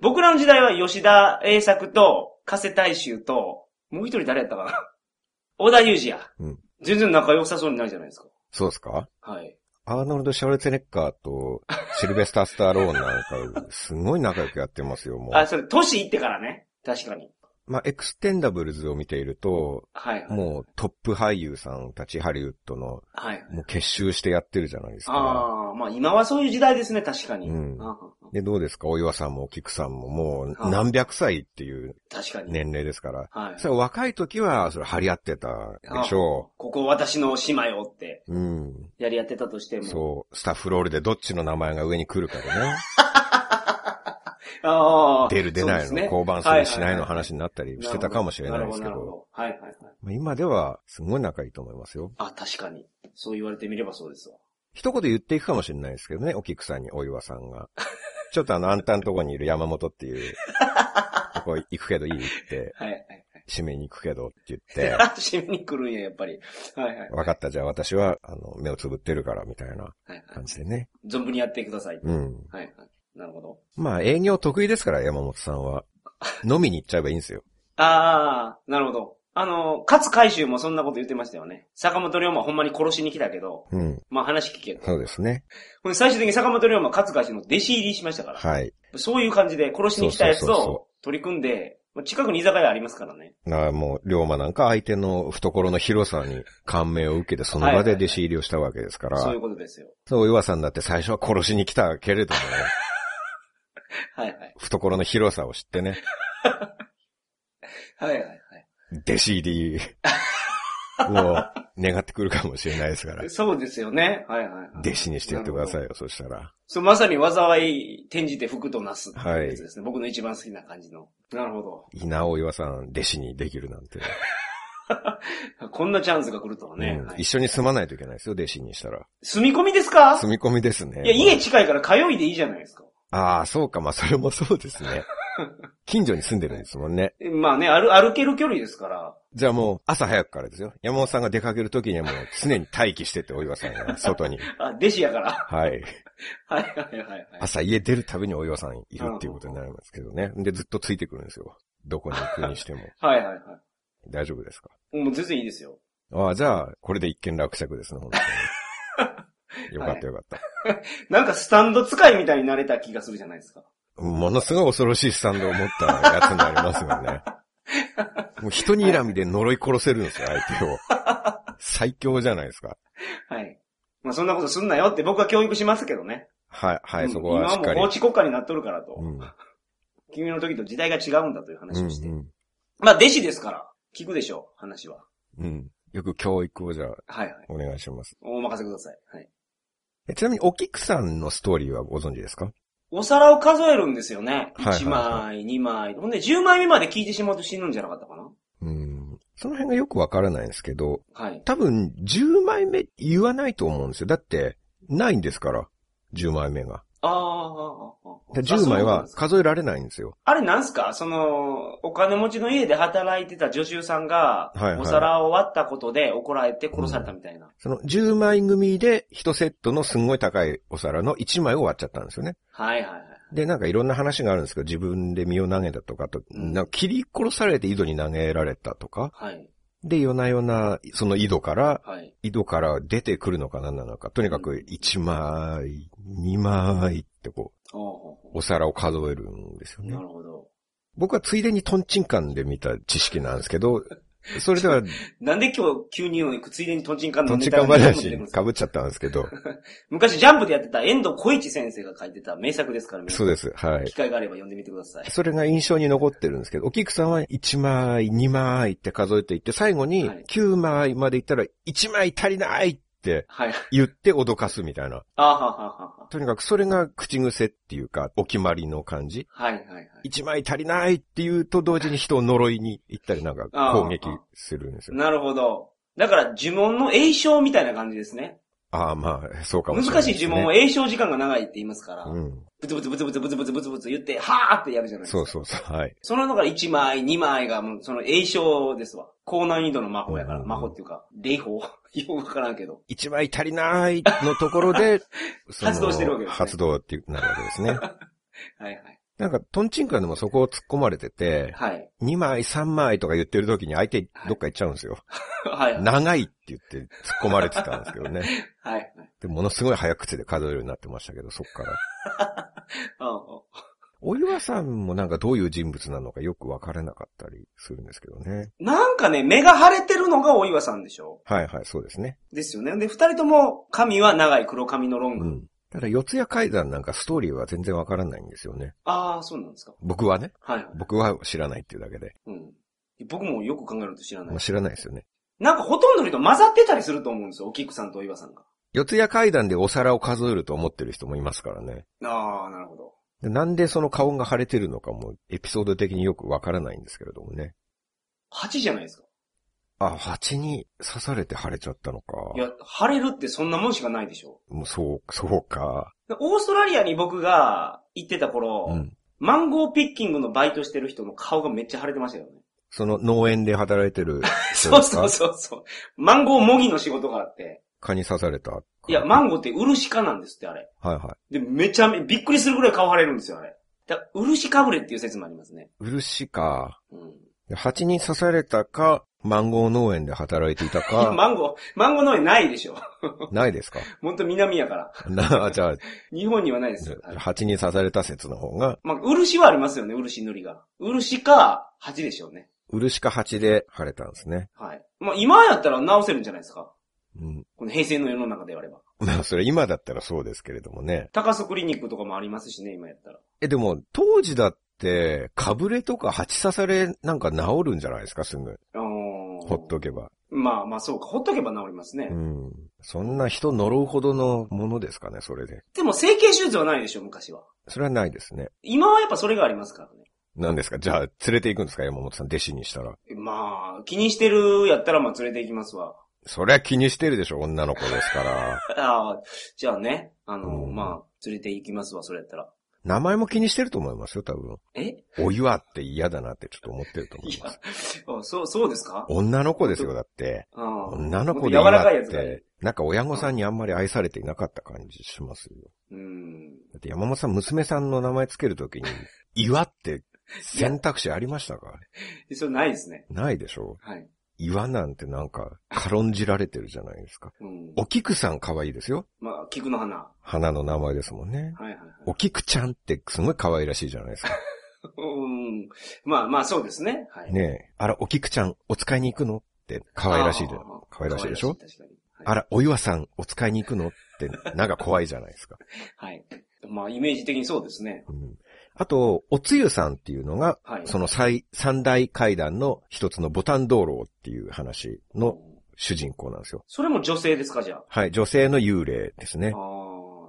Speaker 2: 僕らの時代は吉田栄作と、加瀬大衆と、もう一人誰やったかな [LAUGHS] 小田裕二や。
Speaker 3: うん
Speaker 2: 全然仲良さそうにないじゃないですか。
Speaker 3: そうですか
Speaker 2: はい。
Speaker 3: アーノルド・シャルツェネッカーと、シルベスター・スタローンなんか、すごい仲良くやってますよ、もう。
Speaker 2: あ、それ、年いってからね。確かに。
Speaker 3: まあ、エクステンダブルズを見ていると、
Speaker 2: はい。
Speaker 3: もうトップ俳優さんたちハリウッドの、
Speaker 2: はい。
Speaker 3: もう結集してやってるじゃないですか。
Speaker 2: ああ、まあ今はそういう時代ですね、確かに。
Speaker 3: うん
Speaker 2: ああ
Speaker 3: で、どうですかお岩さんもお菊さんもも
Speaker 2: あ
Speaker 3: う何百歳っていう
Speaker 2: 確かに。
Speaker 3: 年齢ですから。
Speaker 2: はい。
Speaker 3: それは若い時は、それ張り合ってたでしょ
Speaker 2: ここ私の島よって、
Speaker 3: う。うん。
Speaker 2: やり合ってたとしても。
Speaker 3: そう、スタッフロールでどっちの名前が上に来るかでね、
Speaker 2: ああ。
Speaker 3: 出る出ない
Speaker 2: そうで
Speaker 3: の、
Speaker 2: すね
Speaker 3: 降板す
Speaker 2: はいはいは
Speaker 3: る
Speaker 2: い
Speaker 3: しないの話になったりしてたかもしれないですけ
Speaker 2: なるほ
Speaker 3: ど、
Speaker 2: なるほどはいはいはい。
Speaker 3: まあ今ではすごい仲いいと思いますよ。
Speaker 2: あ、確かに。そう言われてみればそうですわ。
Speaker 3: 一言言っていくかもしれないですけどね、お菊さんにお岩さん
Speaker 2: [LAUGHS]
Speaker 3: が。ちょっとあの、あんたんとこにいる山本っていう、ここ行くけどいいって、
Speaker 2: はいはいはい。
Speaker 3: 締めに行くけどって言って、
Speaker 2: [LAUGHS] 締めに来るんや、やっぱり。はいはい。
Speaker 3: わかった、じゃあ私は、あの、目をつぶってるから、みたいな
Speaker 2: はいはい
Speaker 3: 感じ
Speaker 2: [LAUGHS]
Speaker 3: でね。
Speaker 2: 存分にやってください。
Speaker 3: うん。
Speaker 2: はいはい。なるほど。
Speaker 3: まあ、営業得意ですから、山本さんは。飲みに行っちゃえばいいんですよ。
Speaker 2: ああ、なるほど。あの、勝海舟もそんなこと言ってましたよね。坂本龍馬ほんまに殺しに来たけど、
Speaker 3: うん。
Speaker 2: まあ話聞けと。
Speaker 3: そうですね。
Speaker 2: これ最終的に坂本龍馬は勝海舟の弟子入りしましたから。
Speaker 3: はい。
Speaker 2: そういう感じで殺しに来たやつ
Speaker 3: そうそうそう
Speaker 2: を取り組んで、まあ近くに居酒屋ありますからね。
Speaker 3: なあもう、龍馬なんか相手の懐の広さに感銘を受けて、その場で弟子入りをしたわけですから、
Speaker 2: そういうことですよ。
Speaker 3: そう、岩さんだって最初は殺しに来たけれ
Speaker 2: [LAUGHS]
Speaker 3: どもね、
Speaker 2: はいはい。
Speaker 3: 懐の広さを知ってね、
Speaker 2: はいはい
Speaker 3: 弟子入りを願ってくるかもしれないで
Speaker 2: [LAUGHS]
Speaker 3: すから
Speaker 2: はい。、そうですよね。はいはい、はい。
Speaker 3: 弟子にしてやってください
Speaker 2: なる
Speaker 3: よ、そしたら。
Speaker 2: ほど。そう、まさに災い転じて福となすっていうやつですね。僕の一番好きな感じの。なるほど。
Speaker 3: いいな、お岩さん、弟子にできるなんて。
Speaker 2: こんなチャンスが来るとはね。
Speaker 3: うん
Speaker 2: はい
Speaker 3: 一緒に住まないといけないですよ、弟子にしたら。
Speaker 2: 住み込みですか
Speaker 3: 住み込みですね。
Speaker 2: いや、家近いから通いでいいじゃないですか。
Speaker 3: ああ、そうか、まあ、それもそうです
Speaker 2: [LAUGHS]
Speaker 3: ね。近所に住んでるんですもんね。
Speaker 2: まあね、歩歩ける距離ですから。
Speaker 3: じゃあもう朝早くからですよ。山本さんが出かけるときにはもう常に待機してて、お岩さんが
Speaker 2: [LAUGHS]
Speaker 3: 外に。
Speaker 2: あ、弟子やから。 [LAUGHS]
Speaker 3: は
Speaker 2: は
Speaker 3: い。
Speaker 2: いはいはいはい。
Speaker 3: 朝家出るたびにお岩さんいるっていうことになりますけどね。で、ずっとついてくるんですよ。どこに行くにしても。 [LAUGHS]
Speaker 2: はいはいは
Speaker 3: 大丈夫ですか
Speaker 2: い。もう全然いいですよ。
Speaker 3: ああ、じゃあ、これで一件落着ですね、本当
Speaker 2: [LAUGHS]
Speaker 3: に。よかったよかった。
Speaker 2: なんかスタンド使いみたいになれた気がするじゃないですか。
Speaker 3: ものすごい恐ろしいスタンドを持ったやつになりますよね。もう人に睨みで呪い殺せるんですよ、相手を。最強じゃないですか。
Speaker 2: はい。まあそんなことすんなよって僕は教育しますけどね。
Speaker 3: はい、は
Speaker 2: う
Speaker 3: い、
Speaker 2: ん
Speaker 3: そこはしっ
Speaker 2: 今
Speaker 3: か
Speaker 2: は
Speaker 3: り
Speaker 2: もう。法治国家になっとるからと。
Speaker 3: うん。
Speaker 2: 君の時と時代が違うんだという話をして。
Speaker 3: うんうん
Speaker 2: まあ弟子ですから、聞くでしょう、話は。
Speaker 3: うん。よく教育をじゃあ、
Speaker 2: はいはい。
Speaker 3: お願いします。
Speaker 2: お任せください。はい。
Speaker 3: えちなみに、お菊さんのストーリーはご存知ですか
Speaker 2: お皿を数えるんですよね。
Speaker 3: はいはい
Speaker 2: 1枚、2枚。ほんで10枚目まで聞いてしまうと死ぬんじゃなかったかな
Speaker 3: うん。その辺がよくわからないんですけど、
Speaker 2: はい。
Speaker 3: 多分、10枚目言わないと思うんですよ。だって、ないんですから、10枚目が。
Speaker 2: あーあー、あーあー。
Speaker 3: 10
Speaker 2: あそ
Speaker 3: 枚は
Speaker 2: うなんですか
Speaker 3: 数えられないんですよ。
Speaker 2: あれなんすかその、お金持ちの家で働いてた女優さんが
Speaker 3: はいは、い
Speaker 2: お皿を割ったことで怒られて殺されたみたいな。
Speaker 3: その10枚組で1セットのすんごい高いお皿の1枚を割っちゃったんですよね。
Speaker 2: はいはいはい。
Speaker 3: で、なんかいろんな話があるんですけど、自分で身を投げたとかと、
Speaker 2: うん
Speaker 3: なんか切り殺されて井戸に投げられたとか、
Speaker 2: はい。
Speaker 3: で、夜な夜な、その井戸から
Speaker 2: はい。
Speaker 3: 井戸から出てくるのか何なのか、とにかく1枚、2枚ってこ
Speaker 2: おお
Speaker 3: う、お皿を数えるんですよ
Speaker 2: な
Speaker 3: ね。
Speaker 2: るほど。
Speaker 3: 僕はついでにトンチンカンで見た知識なんです
Speaker 2: [LAUGHS]
Speaker 3: けど、それでは
Speaker 2: なんで今日急についでにトンチンカン
Speaker 3: ト
Speaker 2: の
Speaker 3: ンチ
Speaker 2: ネ
Speaker 3: ン
Speaker 2: タ
Speaker 3: カン
Speaker 2: が全部出
Speaker 3: 話
Speaker 2: てくるん
Speaker 3: に
Speaker 2: です
Speaker 3: 被
Speaker 2: か
Speaker 3: っちゃったんですけど、
Speaker 2: 昔ジャンプでやってた遠藤小一先生が書いてた名作ですから、皆さ
Speaker 3: そ
Speaker 2: ん
Speaker 3: うです。はい
Speaker 2: 機。会があれば読んでみてください。
Speaker 3: それが印象に残ってるんですけど、お菊さんは1枚、2枚って数えていって、最後に
Speaker 2: はい
Speaker 3: 9枚までいったら1枚足りないって
Speaker 2: はい。
Speaker 3: 言って脅かすみたいな。
Speaker 2: あはははは。
Speaker 3: とにかくそれが口癖っていうか、お決まりの感じ。
Speaker 2: はいはいはい。
Speaker 3: 一枚足りないっていうと同時に人を呪いに行ったりなんか攻撃するんですよ。
Speaker 2: なるほど。だから呪文の栄唱みたいな感じですね。
Speaker 3: ああ、まあ、そうかもしれ
Speaker 2: 難
Speaker 3: ない
Speaker 2: し
Speaker 3: で
Speaker 2: い
Speaker 3: すね、
Speaker 2: 呪文は栄唱時間が長いって言いますから、
Speaker 3: うん。
Speaker 2: ブツブツブツブツブツブツブツブツ言って、はーってやるじゃないですか。
Speaker 3: そうそうそう。はい。
Speaker 2: その中から1枚、2枚がもうその栄唱ですわ。高難易度の魔法やから、
Speaker 3: うん
Speaker 2: 魔法っていうか、霊法よくわからんけど。
Speaker 3: 一枚足りないのところ
Speaker 2: [LAUGHS]
Speaker 3: で、その
Speaker 2: 発動してるわけですね
Speaker 3: 発動ってなるわけですね。
Speaker 2: はい
Speaker 3: [LAUGHS]
Speaker 2: はい。
Speaker 3: なんか、トンチンカンでもそこを突っ込まれてて、
Speaker 2: はい。
Speaker 3: 2枚、3枚とか言ってる時に相手どっか行っちゃうんですよ。
Speaker 2: はいはい。
Speaker 3: 長いって言って突っ込まれてたんですけど
Speaker 2: [LAUGHS]
Speaker 3: ね。
Speaker 2: はい。
Speaker 3: で、ものすごい早口で数えるようになってましたけど、そっから。
Speaker 2: ああ
Speaker 3: お岩さんもなんかどういう人物なのかよくわからなかったりするんですけどね。
Speaker 2: なんかね、目が腫れてるのがお岩さんでしょ
Speaker 3: はいはい、そうですね。
Speaker 2: ですよね。で、二人とも髪は長い黒髪のロング。
Speaker 3: うん。ただ、四谷階段なんかストーリーは全然わからないんですよね。
Speaker 2: ああ、そうなんですか。
Speaker 3: 僕はね。
Speaker 2: はい。
Speaker 3: 僕は知らないっていうだけで。
Speaker 2: うん。僕もよく考えると知らな
Speaker 3: ま
Speaker 2: い
Speaker 3: あ、。知らないですよね。
Speaker 2: なんかほとんどの人混ざってたりすると思うんですよ。お菊さんとお岩さんが。
Speaker 3: 四谷階段でお皿を数えると思ってる人もいますからね。
Speaker 2: ああ、なるほど。
Speaker 3: でなんでその顔が腫れてるのかも、エピソード的によくわからないんですけれどもね。
Speaker 2: 8じゃないですか。
Speaker 3: あ、蜂に刺されて腫れちゃったのか。
Speaker 2: いや、腫れるってそんなもんしかないでしょ。
Speaker 3: もうそう、そうか。
Speaker 2: でオーストラリアに僕が行ってた頃、
Speaker 3: うん。
Speaker 2: マンゴーピッキングのバイトしてる人の顔がめっちゃ腫れてましたよね。
Speaker 3: その農園で働いてる人
Speaker 2: そ
Speaker 3: で
Speaker 2: う
Speaker 3: す
Speaker 2: [LAUGHS] そ
Speaker 3: か
Speaker 2: うそうそう。マンゴー模擬の仕事があって。
Speaker 3: 蚊に刺された。
Speaker 2: いや、マンゴーってウルシカなんですって、あれ。
Speaker 3: はいは
Speaker 2: で、めちゃめ、びっくりするぐらい顔腫れるんですよ、あれ。だからウルシかぶれっていう説もありますね。
Speaker 3: い。漆か。
Speaker 2: うん。
Speaker 3: 蜂に刺されたか、マンゴー農園で働いていた
Speaker 2: いや [LAUGHS]
Speaker 3: か、
Speaker 2: マンゴー、マンゴー農園ないでしょ。 [LAUGHS]
Speaker 3: ないですか [LAUGHS]
Speaker 2: ほんと南やから。
Speaker 3: なあ、じゃあ、
Speaker 2: 日本にはないですよ。はい
Speaker 3: 蜂に刺された説の方が、
Speaker 2: まあ、漆はありますよね、漆塗りが。漆か、鉢でしょうね。
Speaker 3: 漆か蜂で腫れたんですね。
Speaker 2: はい。まあ、今やったら直せるんじゃないですか。
Speaker 3: うん。 [LAUGHS]
Speaker 2: この平成の世の中であれば。
Speaker 3: まあ、それ今だったらそうですけれどもね。
Speaker 2: 高須クリニックとかもありますしね、今やったら。
Speaker 3: え、でも、当時だって、かぶれとか蜂刺されなんか治るんじゃないですか、すぐ。
Speaker 2: あー
Speaker 3: ほっとけば。
Speaker 2: まあまあそうか、ほっとけば治りますね。
Speaker 3: うん。そんな人呪うほどのものですかね、それで。
Speaker 2: でも整形手術はないでしょ、昔は。
Speaker 3: それはないですね。
Speaker 2: 今はやっぱそれがありますからね。
Speaker 3: なんですかじゃあ、連れて行くんですか山本さん、弟子にしたら。
Speaker 2: まあ、気にしてるやったらまあ連れて行きますわ。
Speaker 3: そりゃ気にしてるでしょ、女の子ですから。
Speaker 2: [LAUGHS] ああ、じゃあね、あの、
Speaker 3: うん
Speaker 2: まあ、連れて行きますわ、それやったら。
Speaker 3: 名前も気にしてると思いますよ、多分。
Speaker 2: え
Speaker 3: お岩って嫌だなってちょっと思ってると思います。
Speaker 2: [LAUGHS] あそう、そうですか
Speaker 3: 女の子ですよ、だって。
Speaker 2: ああ
Speaker 3: 女の子
Speaker 2: もっ
Speaker 3: で
Speaker 2: と柔らかい
Speaker 3: 岩
Speaker 2: や
Speaker 3: っ
Speaker 2: つがいい
Speaker 3: て。、なんか親御さんにあんまり愛されていなかった感じしますよ。
Speaker 2: うん。
Speaker 3: だって山本さん、娘さんの名前つける
Speaker 2: [LAUGHS]
Speaker 3: ときに、岩って選択肢ありましたか
Speaker 2: それないですね。
Speaker 3: ないでしょ
Speaker 2: はい。
Speaker 3: 岩なんてなんか、軽んじられてるじゃないですか。
Speaker 2: うん。
Speaker 3: お菊さん可愛いですよ。
Speaker 2: まあ、菊の花。は
Speaker 3: 花の名前ですもんね。
Speaker 2: いはいはい。
Speaker 3: お菊ちゃんってすごい可愛らしいじゃないですか。
Speaker 2: うん。まあまあ、そうですね。はい。
Speaker 3: ねえ。あら、お菊ちゃん、お使いに行くのって可愛らしいじゃん
Speaker 2: あー。
Speaker 3: 可愛らしいでしょ
Speaker 2: 可愛ら確かに。はい
Speaker 3: あら、お岩さん、お使いに行くのって、なんか怖いじゃないですか。
Speaker 2: はい。まあ、イメージ的にそうですね。
Speaker 3: うん。あと、おつゆさんっていうのが、
Speaker 2: はい。
Speaker 3: その最三大階段の一つのボタン道路っていう話の
Speaker 2: うん
Speaker 3: 主人公なんですよ。
Speaker 2: それも女性ですか、じゃあ。
Speaker 3: はい、女性の幽霊です
Speaker 2: あ
Speaker 3: ね。
Speaker 2: ー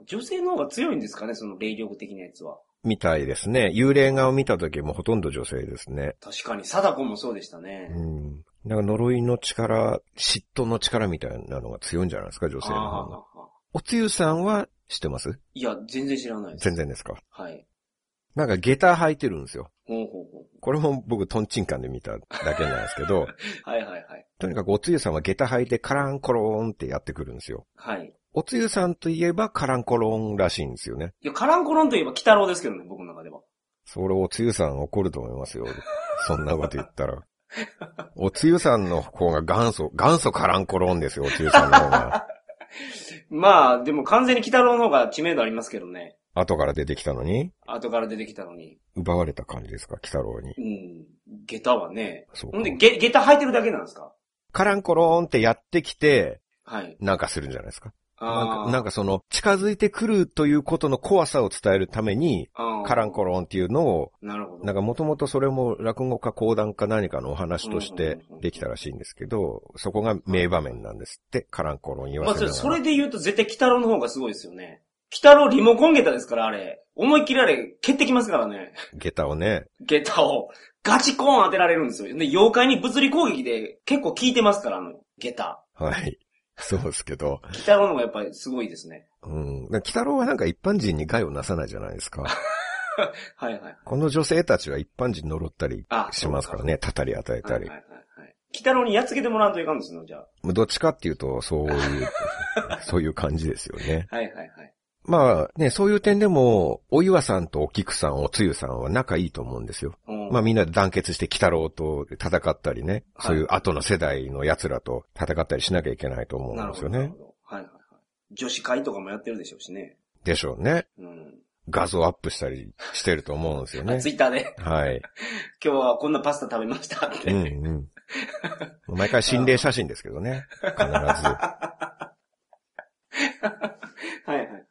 Speaker 2: 女性の方が強いんですかね、その霊力的なやつは。
Speaker 3: みたいですね。幽霊画を見た時もほとんど女性ですね。
Speaker 2: 確かに、貞子もそうでしたね
Speaker 3: う。ん。なんか呪いの力、嫉妬の力みたいなのが強いんじゃないですか、女性の方が。
Speaker 2: あー
Speaker 3: おつゆさんは知ってます
Speaker 2: いや、全然知らないです。
Speaker 3: 全然ですか。
Speaker 2: はい。
Speaker 3: なんか下駄履いてるんですよ。
Speaker 2: ほうほうほ
Speaker 3: これも僕トンチンカンで見ただけなんですけ
Speaker 2: [LAUGHS]
Speaker 3: ど、
Speaker 2: う。はいはいはい。
Speaker 3: とにかくおつゆさんは下駄履いてカランコローンってやってくるんですよ。
Speaker 2: はい。
Speaker 3: おつゆさんといえばカランコロンらしいんですよね。
Speaker 2: いや、カランコロンといえば、鬼太郎ですけどね、僕の中では。
Speaker 3: それおつゆさん怒ると思いますよ。そんなこと言ったら。おつゆさんの方が元祖、元祖カランコロンですよ、おつゆさんの方
Speaker 2: [LAUGHS]
Speaker 3: が。
Speaker 2: まあ、でも完全に鬼太郎の方が知名度ありますけどね。
Speaker 3: 後から出てきたのに、
Speaker 2: 後から出てきたのに。
Speaker 3: 奪われた感じですか、鬼太郎に。
Speaker 2: うん。下駄はね。
Speaker 3: そうか
Speaker 2: ほんで、下、下駄履いてるだけなんですか
Speaker 3: カランコロンってやってきて、
Speaker 2: はい。
Speaker 3: なんかするんじゃないですか。なん
Speaker 2: あ
Speaker 3: かなんかその、近づいてくるということの怖さを伝えるために、
Speaker 2: あ。
Speaker 3: カランコロンっていうのを、
Speaker 2: ン。なるほど。
Speaker 3: なんかもともとそれも落語か講談か何かのお話としてできたらしいんですけど、そこが名場面なんですって、カランコロン言
Speaker 2: ま
Speaker 3: わ
Speaker 2: あ、
Speaker 3: せ
Speaker 2: そ
Speaker 3: な
Speaker 2: れ
Speaker 3: が
Speaker 2: そ
Speaker 3: ら
Speaker 2: れ。で言うと絶対北郎の方がすごいですよね。北郎リモコン下駄ですから、あれ。思いっきりあれ、蹴ってきますからね。
Speaker 3: 下駄をね、
Speaker 2: 下駄を。ガチコーン当てられるんですよ。で、妖怪に物理攻撃で結構効いてますから、あの、下駄。
Speaker 3: はい。 [LAUGHS] そうですけど、
Speaker 2: 北郎の方がやっぱりすごいですね。
Speaker 3: うん。鬼太郎はなんか一般人に害をなさないじゃないですか。
Speaker 2: はいはい。
Speaker 3: この女性たちは一般人呪ったり
Speaker 2: あ
Speaker 3: しますからね、たり与え
Speaker 2: は
Speaker 3: た
Speaker 2: いはい
Speaker 3: り
Speaker 2: は。いはい。北郎にやっつけてもらうといかんですよ、じゃあ。
Speaker 3: どっちかっていうと、そう
Speaker 2: [LAUGHS]
Speaker 3: いう、そういう感じですよね。
Speaker 2: はいはいはい。
Speaker 3: まあね、そういう点でも、お岩さんとお菊さん、おつゆさんは仲いいと思うんですよ。
Speaker 2: うん
Speaker 3: まあみんなで団結して鬼太郎と戦ったりね、
Speaker 2: はい
Speaker 3: そういう後の世代の奴らと戦ったりしなきゃいけないと思う
Speaker 2: なんる
Speaker 3: で
Speaker 2: ほ
Speaker 3: すよ
Speaker 2: ど。なる
Speaker 3: ね
Speaker 2: ほ。ど。はいはいはい。女子会とかもやってるでしょうしね。
Speaker 3: でしょうね。
Speaker 2: うん。
Speaker 3: 画像アップしたりしてると思うんですよ
Speaker 2: [LAUGHS]
Speaker 3: ね
Speaker 2: ツ。イッターで、
Speaker 3: はい。
Speaker 2: 今日はこんなパスタ食べましたって。
Speaker 3: うん
Speaker 2: [LAUGHS]
Speaker 3: うん。毎回心霊写真ですけどね。必ず。
Speaker 2: はいはいはい。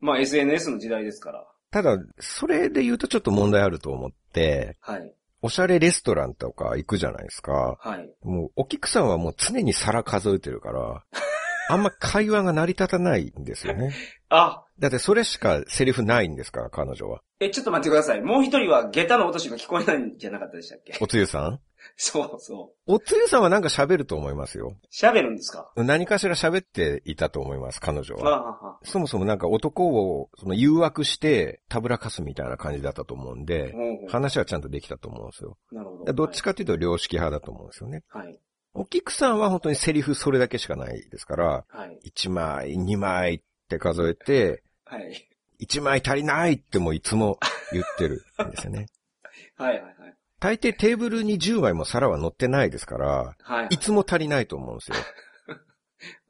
Speaker 2: まあ SNS の時代ですから。
Speaker 3: ただ、それで言うとちょっと問題あると思って、
Speaker 2: はい。
Speaker 3: おしゃれレストランとか行くじゃないですか。
Speaker 2: はい。
Speaker 3: もう、お菊さんはもう常に皿数えてるから、あんま会話が成り立たないんですよね。
Speaker 2: あ、
Speaker 3: だってそれしかセリフないんですから、彼女は。
Speaker 2: え、ちょっと待ってください。もう一人は下駄の落としが聞こえないんじゃなかったでしたっけ
Speaker 3: おつゆさん
Speaker 2: そうそ
Speaker 3: おつゆさんはなんか喋ると思いますよ。
Speaker 2: う。喋るんですか
Speaker 3: 何かしら喋っていたと思います、彼女
Speaker 2: ああ
Speaker 3: は。
Speaker 2: ああ
Speaker 3: そもそもなんか男をその誘惑して、たぶらかすみたいな感じだったと思うんで、
Speaker 2: ほうほ
Speaker 3: 話はちゃんとできたと思うんですよ。
Speaker 2: うなるほ
Speaker 3: だか
Speaker 2: ど。
Speaker 3: らどっちかっていうと良識派だと思うんですよね。
Speaker 2: はい。はい。
Speaker 3: お菊さんは本当にセリフそれだけしかないですから、
Speaker 2: はい。
Speaker 3: 1枚、2枚って数えて、
Speaker 2: はい。
Speaker 3: 1枚足りないってもういつも言ってるんですよ
Speaker 2: [LAUGHS]
Speaker 3: ね。
Speaker 2: はい。はい。はい
Speaker 3: 大抵テーブルに10枚も皿は乗ってないですから、
Speaker 2: はい。
Speaker 3: いつも足りないと思うんですよ。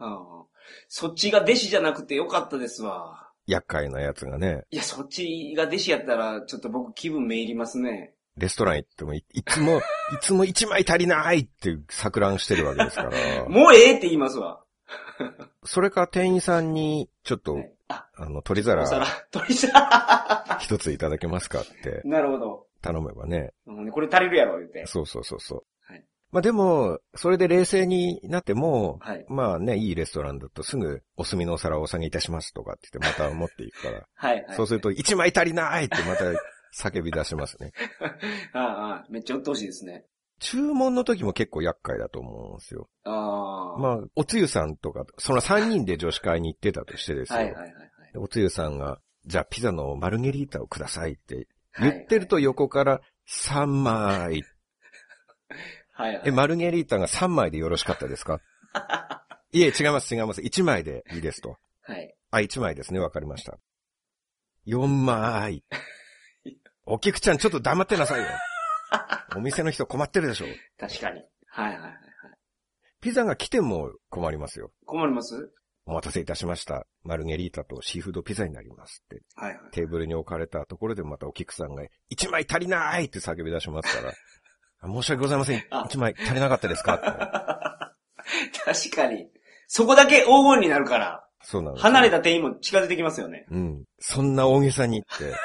Speaker 2: ああそっちが弟子じゃなくてよかったですわ。
Speaker 3: 厄介なやつがね。
Speaker 2: いや、そっちが弟子やったら、ちょっと僕気分めいりますね。
Speaker 3: レストラン行ってもい、いつも、いつも1枚足りないって錯乱してるわけですから。
Speaker 2: もうええって言いますわ。
Speaker 3: それか店員さんに、ちょっと、
Speaker 2: はいあ、
Speaker 3: あの、取り
Speaker 2: お皿
Speaker 3: 皿、
Speaker 2: 取り皿。
Speaker 3: 一ついただけますかって
Speaker 2: [LAUGHS] なるほど。
Speaker 3: 頼めばね。
Speaker 2: うんこれ足りるやろ、言って。
Speaker 3: そうそうそうそう。
Speaker 2: はい
Speaker 3: まあでも、それで冷静になっても、
Speaker 2: はい。
Speaker 3: まあね、いいレストランだとすぐお墨のお皿をお下げいたしますとかって言ってまた持っていくから、
Speaker 2: [LAUGHS] はい、はい。
Speaker 3: そうすると1枚足りないってまた叫び出しますね。
Speaker 2: ああああ、めっちゃ鬱陶しいですね。
Speaker 3: 注文の時も結構厄介だと思うんですよ。
Speaker 2: ああ。
Speaker 3: まあ、おつゆさんとか、その3人で女子会に行ってたとしてですよ。
Speaker 2: はい、はい、はいはい。
Speaker 3: でおつゆさんが、じゃあピザのマルゲリータをくださいって
Speaker 2: はい
Speaker 3: 言ってると横から3枚。
Speaker 2: はい、はい。
Speaker 3: え、マルゲリータが3枚でよろしかっ
Speaker 2: [LAUGHS]
Speaker 3: たですかいえ、違います、違います。1枚でいいですと。
Speaker 2: はい。
Speaker 3: あ、1枚ですね。わかりました。4枚。
Speaker 2: [LAUGHS]
Speaker 3: お菊ちゃん、ちょっと黙ってなさいよ。お店の人困ってるでしょ。
Speaker 2: 確かに。はい、はい、はい。
Speaker 3: ピザが来ても困りますよ。
Speaker 2: 困ります
Speaker 3: お待たせいたしました。マルゲリータとシーフードピザになりますって。
Speaker 2: はい、はい。
Speaker 3: テーブルに置かれたところでまたお菊さんが、1枚足りないって叫び出しますから。あ申し訳ございません。
Speaker 2: あ
Speaker 3: 1枚足りなかったですか
Speaker 2: 確かに。そこだけ黄金になるから、
Speaker 3: そうなんですよ。
Speaker 2: 離れた店員も近づいてきますよね。
Speaker 3: うん。そんな大げさ
Speaker 2: [LAUGHS]
Speaker 3: に言って、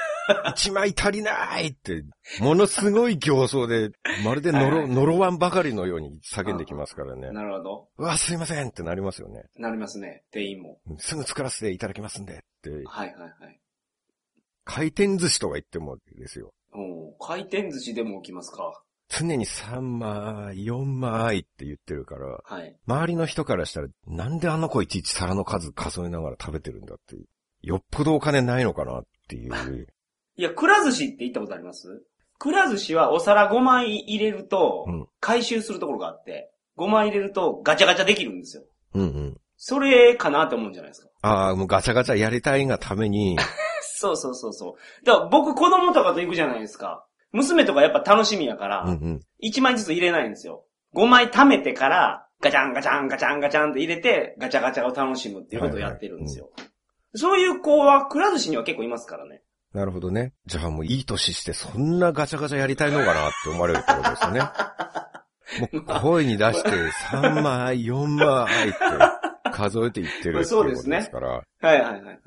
Speaker 3: 一枚足りないって、ものすごい形相で、まるでの
Speaker 2: はい
Speaker 3: ろ、
Speaker 2: はい
Speaker 3: のろわんばかりのように叫んできますからね。
Speaker 2: なるほど。
Speaker 3: うわ、すいませんってなりますよね。
Speaker 2: なりますね、店員も。
Speaker 3: うんすぐ作らせていただきますんでって、
Speaker 2: はい、はい、はい。
Speaker 3: 回転寿司とか言ってもですよ。
Speaker 2: おー回転寿司でも起きますか。
Speaker 3: 常に3枚、4枚って言ってるから、
Speaker 2: はい。
Speaker 3: 周りの人からしたら、なんであの子いちいち皿の数数えながら食べてるんだって、よっぽどお金ないのかなって
Speaker 2: [LAUGHS]
Speaker 3: いう。
Speaker 2: いや、くら寿司って行ったことありますくら寿司はお皿5枚入れると
Speaker 3: うん、
Speaker 2: 回収するところがあって、5枚入れるとガチャガチャできるんですよ。
Speaker 3: うんうん。
Speaker 2: それかなと思うんじゃないですか。
Speaker 3: ああ、もうガチャガチャやりたいがために、
Speaker 2: [LAUGHS] そうそうそうそう。だから僕子供とかと行くじゃないですか。娘とかやっぱ楽しみやから、
Speaker 3: うんうん。
Speaker 2: 1枚ずつ入れないんですよ。5枚貯めてから、ガチャンガチャンガチャンガチャンって入れて、ガチャガチャを楽しむっていうことをやってるんですよ。そういう子は、くら寿司には結構いますからね。
Speaker 3: なるほどね。じゃあもういい年してそんなガチャガチャやりたいのかなって思われるってことで
Speaker 2: [LAUGHS]
Speaker 3: すよね。もう声に出して3枚、4枚って数えていってるっていうことです
Speaker 2: [LAUGHS]
Speaker 3: から。
Speaker 2: はいはいはいはい。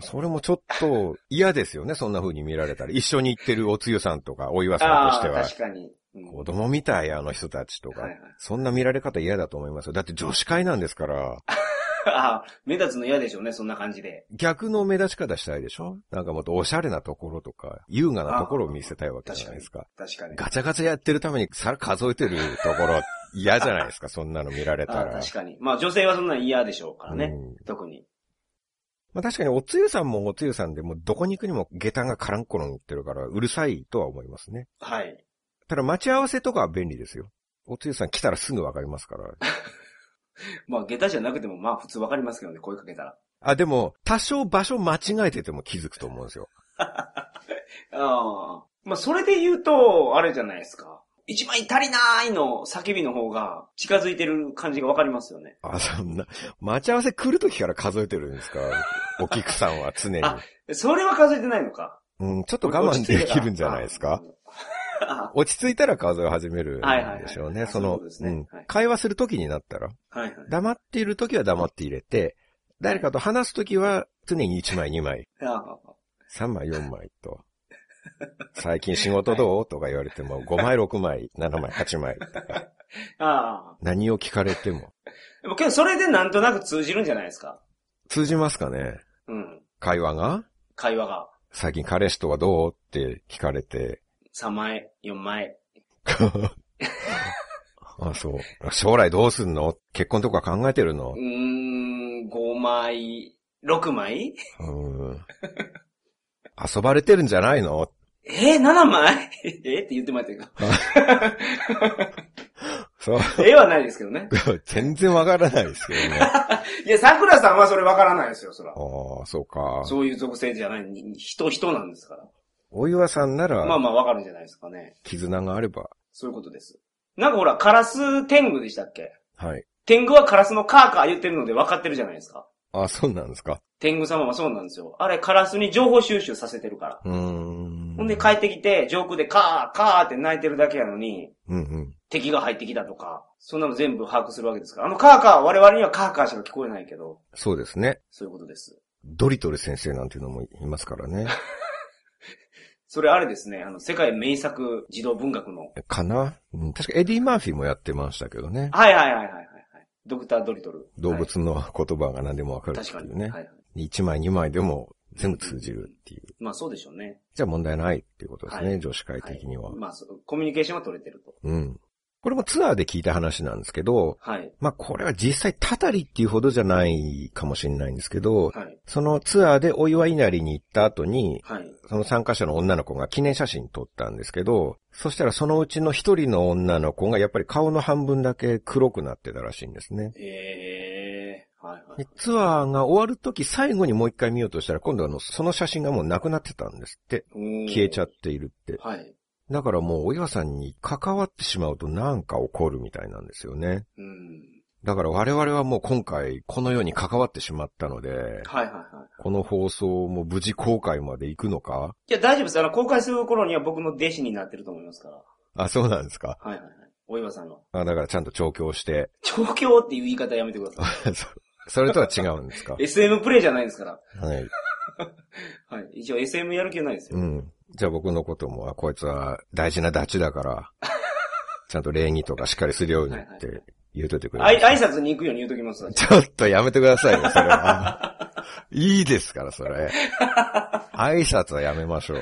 Speaker 3: それもちょっと嫌ですよね、そんな風に見られたら。一緒に行ってるおつゆさんとかお岩さんと
Speaker 2: あ
Speaker 3: して
Speaker 2: あ、
Speaker 3: は。
Speaker 2: 確かに。うん
Speaker 3: 子供みたい、あの人たちとか
Speaker 2: はいはい。
Speaker 3: そんな見られ方嫌だと思いますよ。だって女子会なんですから、
Speaker 2: ああ、目立つの嫌でしょうね、そんな感じで。
Speaker 3: 逆の目立ち方したいでしょなんかもっとおしゃれなところとか、優雅なところを見せたいわけじゃないですか。
Speaker 2: 確かに。
Speaker 3: ガチャガチャやってるために皿数えてるところ嫌じゃないで
Speaker 2: [LAUGHS]
Speaker 3: すか、そんなの見られ
Speaker 2: あ
Speaker 3: た
Speaker 2: あ
Speaker 3: ら。
Speaker 2: 確かに。まあ女性はそんなの嫌でしょうからね。
Speaker 3: うん
Speaker 2: 特に。
Speaker 3: まあ確かにおつゆさんもおつゆさんでもうどこに行くにも下駄がカランコロン売ってるからうるさいとは思いますね。
Speaker 2: はい。
Speaker 3: ただ待ち合わせとかは便利ですよ。おつゆさん来たらすぐわかりますから。
Speaker 2: まあ下駄じゃなくても、まあ普通わかりますけどね、声かけたら。
Speaker 3: あ、でも多少場所間違えてても気づくと思うんですよ。
Speaker 2: ああ。まあ、それで言うと、あれじゃないですか。一枚足りないの叫びの方が近づいてる感じがわかりますよね。
Speaker 3: あ、そんな、待ち合わせ来る時から数えてるんですかお菊さんは常に。
Speaker 2: あそれは数えてないのか。
Speaker 3: うん、ちょっと我慢できるんじゃないですか
Speaker 2: あ
Speaker 3: 落ち着いたら数え始めるん
Speaker 2: はいはいはい
Speaker 3: でしょうね。
Speaker 2: そ
Speaker 3: そう
Speaker 2: いうこ
Speaker 3: の
Speaker 2: とです、
Speaker 3: う
Speaker 2: ね
Speaker 3: ん
Speaker 2: はい
Speaker 3: 会話する時になったら、
Speaker 2: あはいはい。
Speaker 3: 黙っている時は黙って入れて、誰かと話す時は常に1枚、2枚、
Speaker 2: あ
Speaker 3: 3枚、4枚と。最近仕事どうとか言われても、5枚、6枚、7枚、8枚。
Speaker 2: ああ
Speaker 3: 何を聞かれても。
Speaker 2: あ。でもけどそれでなんとなく通じるんじゃないですか。
Speaker 3: 通じますかね
Speaker 2: うん。
Speaker 3: 会話が
Speaker 2: 会話が。
Speaker 3: 最近
Speaker 2: [LAUGHS]
Speaker 3: 彼氏とはどうって聞かれて、
Speaker 2: 3枚、4枚。
Speaker 3: あ、そう。将来どうすんの結婚とか考えてるの
Speaker 2: うーん、5枚、6枚
Speaker 3: うん。遊ばれてるんじゃないの
Speaker 2: えー、7枚 [LAUGHS] えーって言ってましたけ
Speaker 3: そう。
Speaker 2: ど。えーはないですけどね。
Speaker 3: 全然わからないですけど
Speaker 2: [LAUGHS]
Speaker 3: ね。あ
Speaker 2: いや、桜さんはそれわからないですよ、そら。
Speaker 3: あ、そうか。
Speaker 2: そういう属性じゃない、に人、人なんですから。
Speaker 3: お岩さんな
Speaker 2: まあ
Speaker 3: ら、
Speaker 2: まあわかるんじゃないですかね。
Speaker 3: 絆があれば。
Speaker 2: そういうことです。なんかほら、カラス天狗でしたっけ
Speaker 3: はい。
Speaker 2: 天狗はカラスのカーカー言ってるので分かってるじゃないですか。
Speaker 3: あ、そうなんですか。
Speaker 2: 天狗様はそうなんですよ。あれ、カラスに情報収集させてるから。
Speaker 3: うーん。
Speaker 2: ほんで帰ってきて、上空でカー、カーって鳴いてるだけやのに、
Speaker 3: うんうん。
Speaker 2: 敵が入ってきたとか、そんなの全部把握するわけですから。あのカーカーは我々にはカーカーしか聞こえないけど、
Speaker 3: そうですね。
Speaker 2: そういうことです。
Speaker 3: ドリトル先生なんていうのもいますからね。
Speaker 2: それあれですね、あの、世界名作児童文学の。
Speaker 3: かな、うん、確かエディ・マーフィーもやってましたけどね。
Speaker 2: はいはいはいはいはいはい。ドクタードリトル。
Speaker 3: 動
Speaker 2: はい
Speaker 3: 物の言葉が何でもわかるって
Speaker 2: 確か
Speaker 3: い
Speaker 2: に。は
Speaker 3: う
Speaker 2: い
Speaker 3: ね
Speaker 2: は。い。
Speaker 3: 一、枚二枚でも全部通じるっていう。
Speaker 2: まあそうでしょうね。
Speaker 3: じゃあ問題ないっていうことですね。
Speaker 2: はい
Speaker 3: 女子会的には、
Speaker 2: いまあ、そうコミュニケーションは取れてると。
Speaker 3: うん。これもツアーで聞いた話なんですけど、
Speaker 2: はい。
Speaker 3: まあこれは実際たたりっていうほどじゃないかもしれないんですけど、
Speaker 2: はい。
Speaker 3: そのツアーでお祝いなりに行った後に、
Speaker 2: はい。
Speaker 3: その参加者の女の子が記念写真撮ったんですけど、そしたらそのうちの一人の女の子がやっぱり顔の半分だけ黒くなってたらしいんですね。
Speaker 2: ええー、はいはい
Speaker 3: で。ツアーが終わるとき最後にもう一回見ようとしたら今度はあのその写真がもうなくなってたんですって。消
Speaker 2: 消
Speaker 3: えちゃっているって。
Speaker 2: はい。
Speaker 3: だからもうお岩さんに関わってしまうとなんか起こるみたいなんですよね。
Speaker 2: うん。
Speaker 3: だから我々はもう今回このように関わってしまったので、
Speaker 2: はいはいはい。
Speaker 3: この放送も無事公開まで行くのか
Speaker 2: いや、大丈夫です。あの、公開する頃には僕の弟子になってると思いますから。
Speaker 3: あ、そうなんですか。
Speaker 2: はいはいはい。お岩さんは。
Speaker 3: あだからちゃんと調教して、 [LAUGHS]
Speaker 2: 調教っていう言い方やめてください。
Speaker 3: そそれとは違うんですか
Speaker 2: SM プレイじゃないですから。
Speaker 3: はい。
Speaker 2: はい。一応 SM やる気はないですよ。
Speaker 3: うん。じゃあ僕のことも、あ、こいつは大事なダチ
Speaker 2: [LAUGHS]
Speaker 3: だから、ちゃんと礼儀とかしっかりするようにっ
Speaker 2: はいはい
Speaker 3: て言うといてく
Speaker 2: あ
Speaker 3: だ
Speaker 2: い
Speaker 3: さ
Speaker 2: 挨
Speaker 3: い。
Speaker 2: 拶に行くように言うときます
Speaker 3: [LAUGHS]
Speaker 2: わ。
Speaker 3: ちょっとやめてくださいよ、それは。
Speaker 2: [LAUGHS]
Speaker 3: いいですから、それ。挨拶はやめましょう。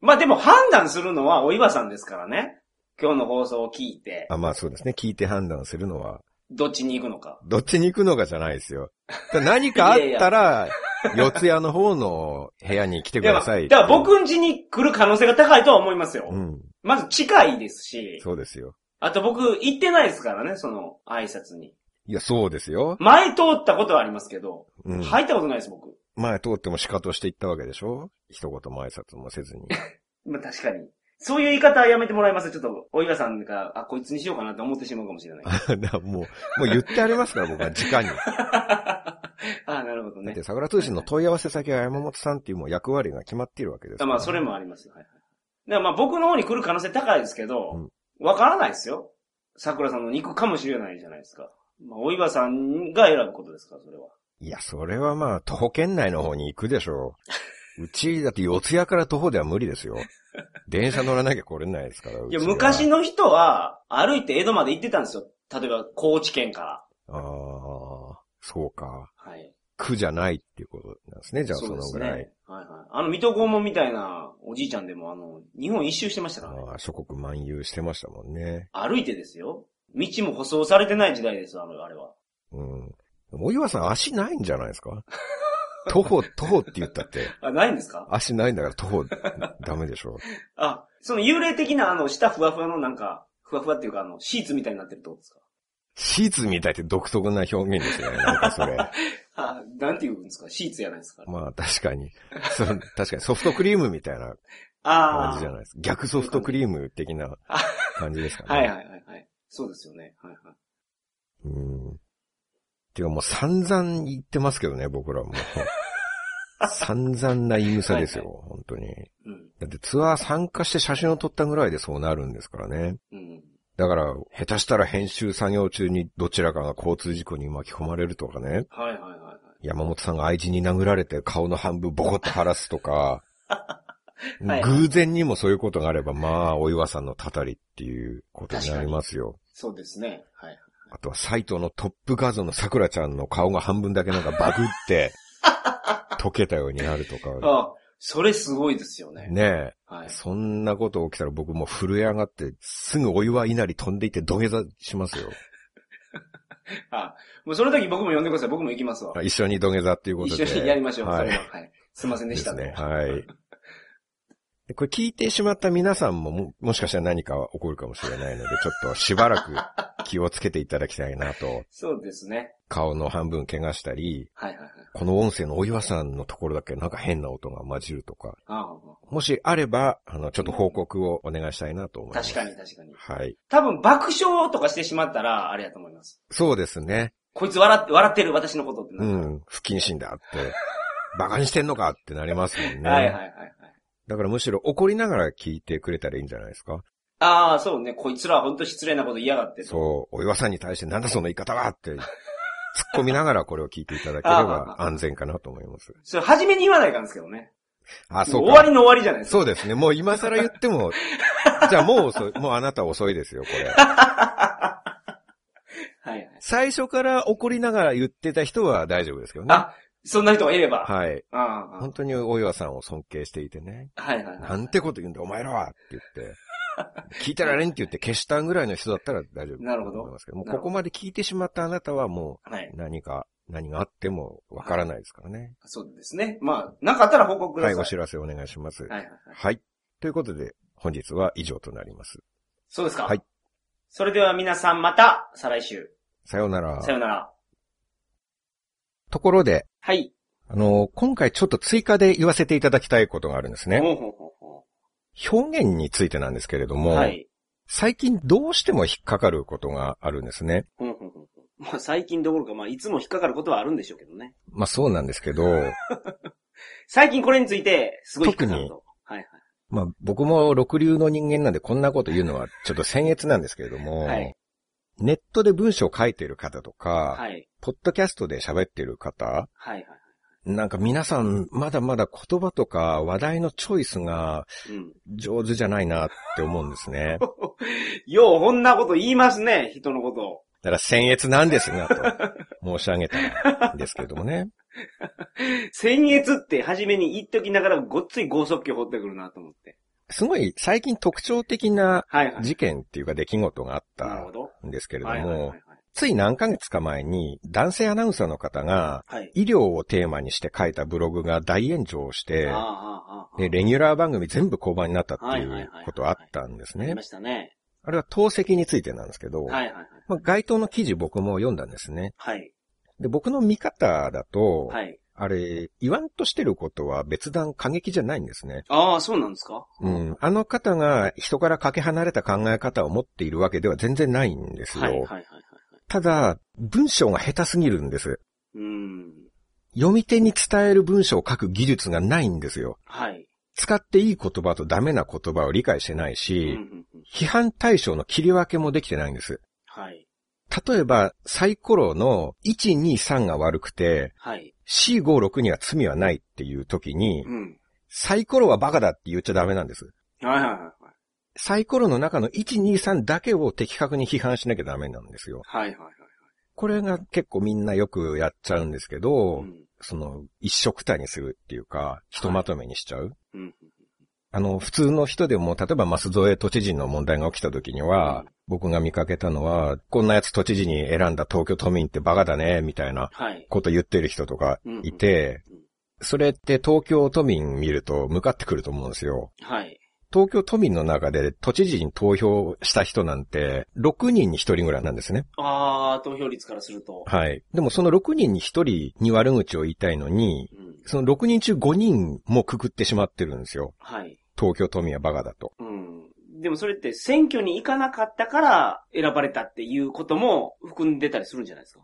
Speaker 2: まあでも判断するのはお岩さんですからね。今日の放送を聞いて、
Speaker 3: あ、まあそうですね。聞いて判断するのは、
Speaker 2: どっちに行くのか。
Speaker 3: どっちに行くのかじゃないですよ。ただ何かあったら、四谷の方の部屋に来てく
Speaker 2: で
Speaker 3: だ
Speaker 2: は
Speaker 3: さい。
Speaker 2: だから、僕ん家に来る可能性が高いとは思いますよ。
Speaker 3: うん。
Speaker 2: まず近いですし、
Speaker 3: そうですよ。
Speaker 2: あと僕行ってないですからね、その挨拶に。
Speaker 3: いや、そうですよ。
Speaker 2: 前通ったことはありますけど、
Speaker 3: うん。
Speaker 2: 入ったことないです、僕。
Speaker 3: 前通っても鹿として行ったわけでしょ一言も挨拶もせずに。 [LAUGHS]
Speaker 2: まあ確かに。そういう言い方はやめてもらいます。ちょっと、お岩さんが、あ、こいつにしようかなと思ってしまうかもしれない。
Speaker 3: [LAUGHS] だからもう、もう言ってありますから、僕は、直に。だ
Speaker 2: ああ、なるほどね
Speaker 3: って、。桜通信の問い合わせ先は山本さんっていうもう役割が決まっているわけですから。
Speaker 2: まあそれもありますよ。はいはい。だからまあ僕の方に来る可能性高いですけど、わ、からないですよ。桜さんの肉かもしれないじゃないですか。まあ、お岩さんが選ぶことですから、それは。
Speaker 3: いや、それはまあ、徒歩圏内の方に行くでしょう。うち、だって四谷から徒歩では無理ですよ。電車乗らなきゃ来れないですから。
Speaker 2: いや、
Speaker 3: うちは
Speaker 2: 昔。の人は、歩いて江戸まで行ってたんですよ。例えば、高知県から。
Speaker 3: ああ、そうか。
Speaker 2: はい。
Speaker 3: 苦じゃないっていうことなんですね。じゃあ、その
Speaker 2: です
Speaker 3: ぐ
Speaker 2: ね
Speaker 3: らい。
Speaker 2: はいはい。あの、水戸黄門みたいなおじいちゃんでも、あの、日本一周してましたからね。
Speaker 3: ああ、諸国漫遊してましたもんね。
Speaker 2: 歩いてですよ。道も舗装されてない時代ですよ、あの、あれは。
Speaker 3: うん。お岩さん足ないんじゃないです
Speaker 2: [LAUGHS]
Speaker 3: か徒歩、徒歩って言ったって。
Speaker 2: あ、ないんですか
Speaker 3: 足ないんだから徒歩ダメでしょ。
Speaker 2: あ、その幽霊的なあの、下ふわふわのなんか、ふわふわっていうかあの、シーツみたいになってるってことですか
Speaker 3: シーツみたいって独特な表現ですよね。なんか
Speaker 2: [LAUGHS]
Speaker 3: それ。
Speaker 2: あ、なんて言うんですかシーツじゃないですか。
Speaker 3: まあ確かに。その確かにソフトクリームみたいな
Speaker 2: あ
Speaker 3: 感
Speaker 2: あ
Speaker 3: じじゃないですか。逆ソフトクリーム的な感じですかね。
Speaker 2: はいはいはいはい。そうですよね。はいはい。
Speaker 3: うん。てかもう散々言ってますけどね、
Speaker 2: [LAUGHS]
Speaker 3: 僕らも。散々な言い草ですよ、
Speaker 2: は
Speaker 3: 本当に。
Speaker 2: うん。
Speaker 3: だってツアー参加して写真を撮ったぐらいでそうなるんですからね。
Speaker 2: うん。
Speaker 3: だから、下手したら編集作業中にどちらかが交通事故に巻き込まれるとかね。
Speaker 2: はいはいはいはい。
Speaker 3: 山本さんが愛人に殴られて顔の半分ボコッと晴らすとか、
Speaker 2: [LAUGHS] はい
Speaker 3: 偶然にもそういうことがあれば、まあ、お岩さんのたたりっていうことになりますよ。
Speaker 2: そうですね。はい。
Speaker 3: あとは、サイトのトップ画像の
Speaker 2: [LAUGHS]
Speaker 3: 桜ちゃんの顔が半分だけなんかバグって、溶けたようになるとか、
Speaker 2: あそれすごいですよね。
Speaker 3: ね
Speaker 2: は
Speaker 3: え。
Speaker 2: い。
Speaker 3: そんなこと起きたら僕もう震え上がって、すぐお岩稲荷飛んでいって土下座します
Speaker 2: [LAUGHS]
Speaker 3: よ。
Speaker 2: あ、もうその時僕も呼んでください。僕も行きますわ。
Speaker 3: 一緒に土下座っていうこと
Speaker 2: 一
Speaker 3: で。
Speaker 2: 緒にやりましょう。
Speaker 3: は
Speaker 2: それ
Speaker 3: い。
Speaker 2: は。はい。すいませんでした
Speaker 3: ですね。はい。でこれ聞いてしまった皆さんもも、もしかしたら何か起こるかもしれないので、ちょっとしばらく気をつけていただきたいなと。
Speaker 2: そうですね。
Speaker 3: 顔の半分怪我したり、
Speaker 2: はいはいはい。
Speaker 3: この音声のお岩さんのところだけなんか変な音が混じるとか、
Speaker 2: あ
Speaker 3: もしあれば、あの、ちょっと報告をお願いしたいなと思い
Speaker 2: あ、
Speaker 3: ます。
Speaker 2: 確かに確かに。
Speaker 3: はい。
Speaker 2: 多分爆笑とかしてしまったら、あれやと思います。
Speaker 3: そうですね。
Speaker 2: こいつ笑って、笑ってる私のことってな
Speaker 3: う
Speaker 2: る
Speaker 3: ん。不謹慎だって。 [LAUGHS] バカにしてんのかってなりますもんね。
Speaker 2: はいはいはいはい。
Speaker 3: だからむしろ怒りながら聞いてくれたらいいんじゃないですか。
Speaker 2: ああ、そうね。こいつらは本当失礼なこと言いやがってと。
Speaker 3: そう、お岩さんに対してなんだその言い方はって、突っ込みながらこれを聞いていただけれ
Speaker 2: [LAUGHS]
Speaker 3: ば
Speaker 2: ああ
Speaker 3: 安全かなと思います。
Speaker 2: それ初めに言わないかんですけどね。
Speaker 3: あ、
Speaker 2: も
Speaker 3: そうう
Speaker 2: 終わり
Speaker 3: か。
Speaker 2: の終わりじゃないですか。
Speaker 3: そうですね。もう今更言っても、じゃあもう遅い、もうあなた遅いですよ、これ。
Speaker 2: はいはい。
Speaker 3: 最初から怒りながら言ってた人は大丈夫ですけどね。
Speaker 2: あ、そんな人がいれば。はい、
Speaker 3: はい。
Speaker 2: あああ
Speaker 3: 本当にお岩さんを尊敬していてね。
Speaker 2: あ、はいはいはい。
Speaker 3: なんてこと言うんだ、お前らはって言って。聞いたられんって言って消したぐらいの人だったら大丈夫
Speaker 2: なるほど
Speaker 3: と思いますけど、もう
Speaker 2: なる
Speaker 3: こ
Speaker 2: ほど
Speaker 3: こまで聞いてしまったあなたはも
Speaker 2: はい。
Speaker 3: う何か、何があってもわからないですからね。
Speaker 2: そうですね。まあ、なかったら報告くだ
Speaker 3: は
Speaker 2: さ
Speaker 3: い、
Speaker 2: い。
Speaker 3: お知らせお願いします。
Speaker 2: はいはいはい。
Speaker 3: はい。ということで、本日は以上となります。
Speaker 2: そうですか。
Speaker 3: はい。
Speaker 2: それでは皆さんまた、再来週。
Speaker 3: さようなら
Speaker 2: さ。よなら。
Speaker 3: ところで、
Speaker 2: はい。
Speaker 3: あの、今回ちょっと追加で言わせていただきたいことがあるんですね。
Speaker 2: ほうほうほうほ
Speaker 3: 表現についてなんですけれど
Speaker 2: う。
Speaker 3: も、
Speaker 2: はい。
Speaker 3: 最近どうしても引っかかることがあるんですね。
Speaker 2: ほうほうほうほうまあ、最近どころか、まあ、いつも引っかかることはあるんでしょうけどね。
Speaker 3: まあそうなんですけど、
Speaker 2: 最近これについて、すごい引っかかる
Speaker 3: 特
Speaker 2: と。はいはい。
Speaker 3: まあ僕も六流の人間なんでこんなこと言うのはちょっと僭越なんですけれども、
Speaker 2: はい
Speaker 3: ネットで文章を書いてる方とか、
Speaker 2: はい。
Speaker 3: ポッドキャストで喋ってる方、
Speaker 2: はいはい。
Speaker 3: なんか皆さんまだまだ言葉とか話題のチョイスが
Speaker 2: うん。
Speaker 3: 上手じゃないなって思うんで
Speaker 2: [LAUGHS]
Speaker 3: すね。
Speaker 2: よう、こんなこと言いますね、人のことを。
Speaker 3: だから僭越なんですが、と申し上げたんですけれどもね。
Speaker 2: 先月って初めに言っときながらごっつい剛速球放ってくるなと思って。
Speaker 3: すごい最近特徴的な
Speaker 2: はいはい。
Speaker 3: 事件っていうか出来事があっ
Speaker 2: なる
Speaker 3: た
Speaker 2: ほど。
Speaker 3: んですけれど
Speaker 2: はいはいはいは
Speaker 3: も
Speaker 2: い、。
Speaker 3: つい何ヶ月か前に男性アナウンサーの方が
Speaker 2: はい。
Speaker 3: 医療をテーマにして書いたブログが大炎上し
Speaker 2: あ
Speaker 3: て
Speaker 2: あ、ああ、ああ。
Speaker 3: で、レギュラー番組全部降板になったっていうことあったんです
Speaker 2: あり
Speaker 3: ね
Speaker 2: ま。したね。
Speaker 3: あれは透析についてなんですけど、
Speaker 2: はいはいはい。
Speaker 3: まあ、該当の記事僕も読んだんですね。
Speaker 2: はい。
Speaker 3: で、僕の見方だと、
Speaker 2: はい。
Speaker 3: あれ、言わんとしてることは別段過激じゃないんですね。
Speaker 2: ああ、そうなんですか
Speaker 3: うん。あの方が人からかけ離れた考え方を持っているわけでは全然ないんですよ。
Speaker 2: はいはいはいはい。
Speaker 3: ただ、文章が下手すぎるんです。
Speaker 2: うん。
Speaker 3: 読み手に伝える文章を書く技術がないんですよ。
Speaker 2: はい。
Speaker 3: 使っていい言葉とダメな言葉を理解してないうし、
Speaker 2: んうんうん
Speaker 3: 批判対象の切り分けもできてないんです。
Speaker 2: はい。
Speaker 3: 例えば、サイコロの1、2、3が悪くて、
Speaker 2: はい。
Speaker 3: 4、5、6には罪はないっていう時に
Speaker 2: う、ん。
Speaker 3: サイコロはバカだって言っちゃダメなんです。
Speaker 2: はいはいはい。
Speaker 3: サイコロの中の1、2、3だけを的確に批判しなきゃダメなんですよ。
Speaker 2: はいはいはい。
Speaker 3: これが結構みんなよくやっちゃうんですけど、
Speaker 2: うん
Speaker 3: その、一色体にするっていうか、ひとまとめにしちゃう。
Speaker 2: うん。
Speaker 3: あの、普通の人でも、例えば、マス添都知事の問題が起きた時には、
Speaker 2: うん
Speaker 3: 僕が見かけたのは、こんなやつ都知事に選んだ東京都民ってバカだね、みたいな
Speaker 2: はい。
Speaker 3: こと言ってる人とか
Speaker 2: うん
Speaker 3: いて
Speaker 2: うんうん、
Speaker 3: それって東京都民見ると向かってくると思うんですよ。
Speaker 2: はい。
Speaker 3: 東京都民の中で都知事に投票した人なんて、6人に1人ぐらいなんですね。
Speaker 2: ああ、投票率からすると。
Speaker 3: はい。でもその6人に1人に悪口を言いたいのに、
Speaker 2: うん。
Speaker 3: その6人中5人もくくってしまってるんですよ。
Speaker 2: はい。
Speaker 3: 東京都民はバカだと。
Speaker 2: うん。でもそれって選挙に行かなかったから選ばれたっていうことも含んでたりするんじゃないですか。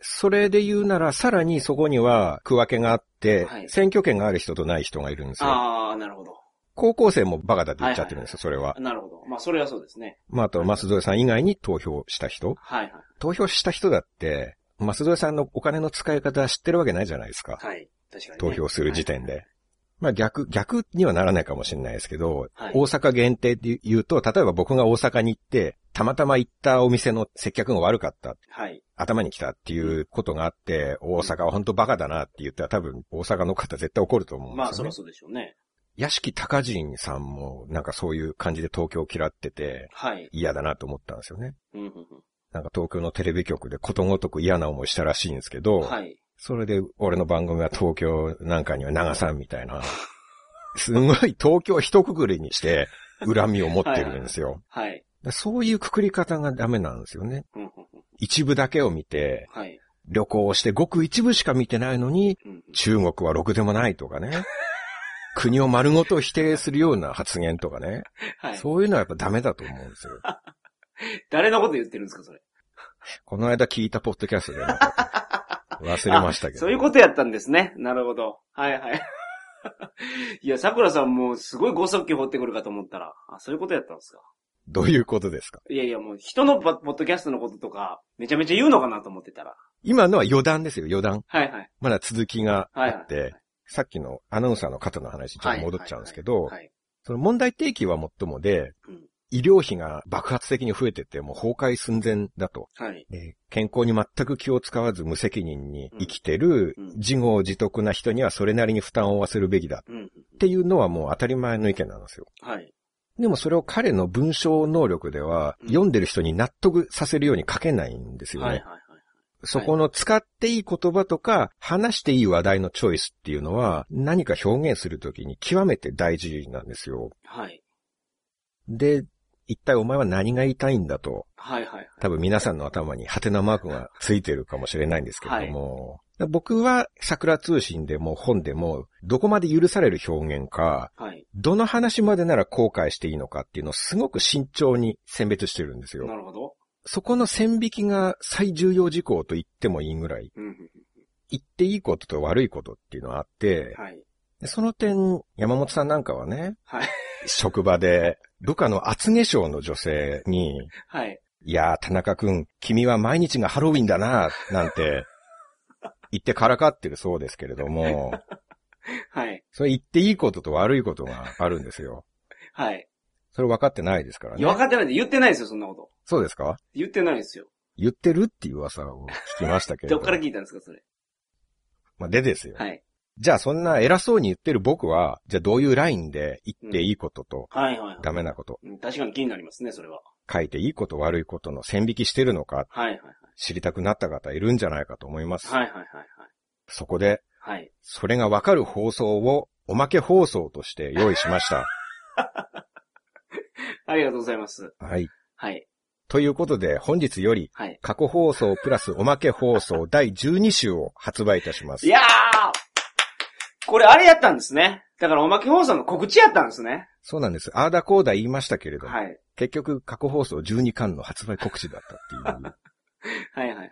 Speaker 3: それで言うなら、さらにそこには区分けがあって、
Speaker 2: はい
Speaker 3: 選挙権がある人とない人がいるんですよ。
Speaker 2: ああ、なるほど。
Speaker 3: 高校生もバカだって言っちゃってるんですよ、それは。
Speaker 2: なるほど。まあそれはそうですね。
Speaker 3: まあ、あと、マスさん以外に投票した人
Speaker 2: はいはい。
Speaker 3: 投票した人だって、マスさんのお金の使い方知ってるわけないじゃないですか。
Speaker 2: はい。確かに、ね。
Speaker 3: 投票する時点で。まあ逆、逆にはならないかもしれないですけど、
Speaker 2: はい
Speaker 3: 大阪限定で言うと、例えば僕が大阪に行って、たまたま行ったお店の接客が悪かった、
Speaker 2: はい。
Speaker 3: 頭に来たっていうことがあって、大阪は本当バカだなって言ったら多分大阪の方絶対怒ると思うんですよ、ね。
Speaker 2: まあ、そりゃそうでしょうね。
Speaker 3: 屋敷隆人さんもなんかそういう感じで東京を嫌ってて
Speaker 2: はい。
Speaker 3: 嫌だなと思ったんですよね。
Speaker 2: うんうん
Speaker 3: なんか東京のテレビ局でことごとく嫌な思いしたらしいんですけ
Speaker 2: う
Speaker 3: ど、
Speaker 2: ん。はい。
Speaker 3: それで俺の番組は東京なんかには流さんみたいな、 [LAUGHS] すごい東京一括りにして恨みを持ってるんですよ。
Speaker 2: はい。
Speaker 3: だからそういうくくり方がダメなんですよね。
Speaker 2: うんうんうん
Speaker 3: 一部だけを見て、
Speaker 2: はい。
Speaker 3: 旅行をしてごく一部しか見てないのに、
Speaker 2: うんうん
Speaker 3: 中国はろくでもないとかね。
Speaker 2: [LAUGHS]
Speaker 3: 国を丸ごと否定するような発言とかね。
Speaker 2: はい。
Speaker 3: そういうのはやっぱダメだと思うんですよ。
Speaker 2: 誰のこと言ってるんですか、それ。
Speaker 3: この間聞いたポッドキャストでなんか忘れましたけど。
Speaker 2: そういうことやったんですね。なるほど。はいはい。 [LAUGHS] いや、桜さんもうすごいご速球掘ってくるかと思ったら、あ、そういうことやったんですか。
Speaker 3: どういうことですか
Speaker 2: いやいや、もう人のポポッドキャストのこととか、めちゃめちゃ言うのかなと思ってたら。
Speaker 3: 今のは余談ですよ、余談。
Speaker 2: はいはい。
Speaker 3: まだ続きがあ
Speaker 2: はいはい。
Speaker 3: って、さっきのアナウンサーの方の話にちょっと戻っちゃうんですけど
Speaker 2: はい、はい
Speaker 3: その問題提起はもっともで
Speaker 2: うん、
Speaker 3: 医療費が爆発的に増えてて、もう崩壊寸前だと。
Speaker 2: はい。はい
Speaker 3: で健康に全く気を使わず無責任に生きてる
Speaker 2: うんうん、
Speaker 3: 自業自得な人にはそれなりに負担を負わせるべきだっ
Speaker 2: うんうん。
Speaker 3: ていうのはもう当たり前の意見なんですよ。
Speaker 2: はい。
Speaker 3: でもそれを彼の文章能力では、
Speaker 2: うん
Speaker 3: 読んでる人に納得させるように書けないんですよね。
Speaker 2: はいはいはい。
Speaker 3: そこの使っていい言葉とか、話していい話題のチョイスっていうのは、何か表現するときに極めて大事なんですよ。
Speaker 2: はい。
Speaker 3: で、一体お前は何が言いたいんだと、
Speaker 2: はいはい。
Speaker 3: 多分皆さんの頭にハテナマークがついてるかもしれないんですけれども、僕は桜通信でも本でも、どこまで許される表現か、
Speaker 2: はい。
Speaker 3: どの話までなら後悔していいのかっていうのをすごく慎重に選別してるんです
Speaker 2: な
Speaker 3: よ。
Speaker 2: るほど。
Speaker 3: そこの線引きが最重要事項と言ってもいいぐらい、
Speaker 2: うんうん
Speaker 3: 言っていいことと悪いことっていうのはあって
Speaker 2: うん。、はい。
Speaker 3: でその点、山本さんなんかはね、
Speaker 2: はい。
Speaker 3: 職場で部下の厚化粧の女性に、
Speaker 2: はい。
Speaker 3: いやー、田中くん、君は毎日がハロウィンだな、なんて、言ってからかってるそうですけれ
Speaker 2: [LAUGHS]
Speaker 3: ども、
Speaker 2: はい。
Speaker 3: それ言っていいことと悪いことがあるんですよ。
Speaker 2: はい。
Speaker 3: それ分かってないですから
Speaker 2: いや、分
Speaker 3: ね。
Speaker 2: かってないで言ってないですよ、そんなこと。
Speaker 3: そうですか
Speaker 2: 言ってないですよ。
Speaker 3: 言ってるっていう噂を聞きましたけれど
Speaker 2: どっから聞いたんですか、それ。
Speaker 3: まあ、でですよ。
Speaker 2: はい。
Speaker 3: じゃあそんな偉そうに言ってる僕は、じゃあどういうラインで言っていいことと、
Speaker 2: はいはいはい。
Speaker 3: ダメなこと、
Speaker 2: うん確かに気になりますね、それは。
Speaker 3: 書いていいこと悪いことの線引きしてるのか
Speaker 2: はいはいはい。
Speaker 3: 知りたくなった方いるんじゃないかと思います。
Speaker 2: はいはいはい
Speaker 3: そこで、
Speaker 2: はい。はい。
Speaker 3: それがわかる放送をおまけ放送として用意しました。
Speaker 2: ありがとうございます。
Speaker 3: はい。
Speaker 2: はい。
Speaker 3: ということで、本日より
Speaker 2: はい。
Speaker 3: 過去放送プラスおまけ放送第12週を発売いたします
Speaker 2: い。やーこれあれやったんですね。だからおまけ放送の告知やったんですね。
Speaker 3: そうなんです。あーだこーだ言いましたけれども、
Speaker 2: はい。
Speaker 3: 結局過去放送12巻の発売告知だったっていう。
Speaker 2: はいはいはいはい。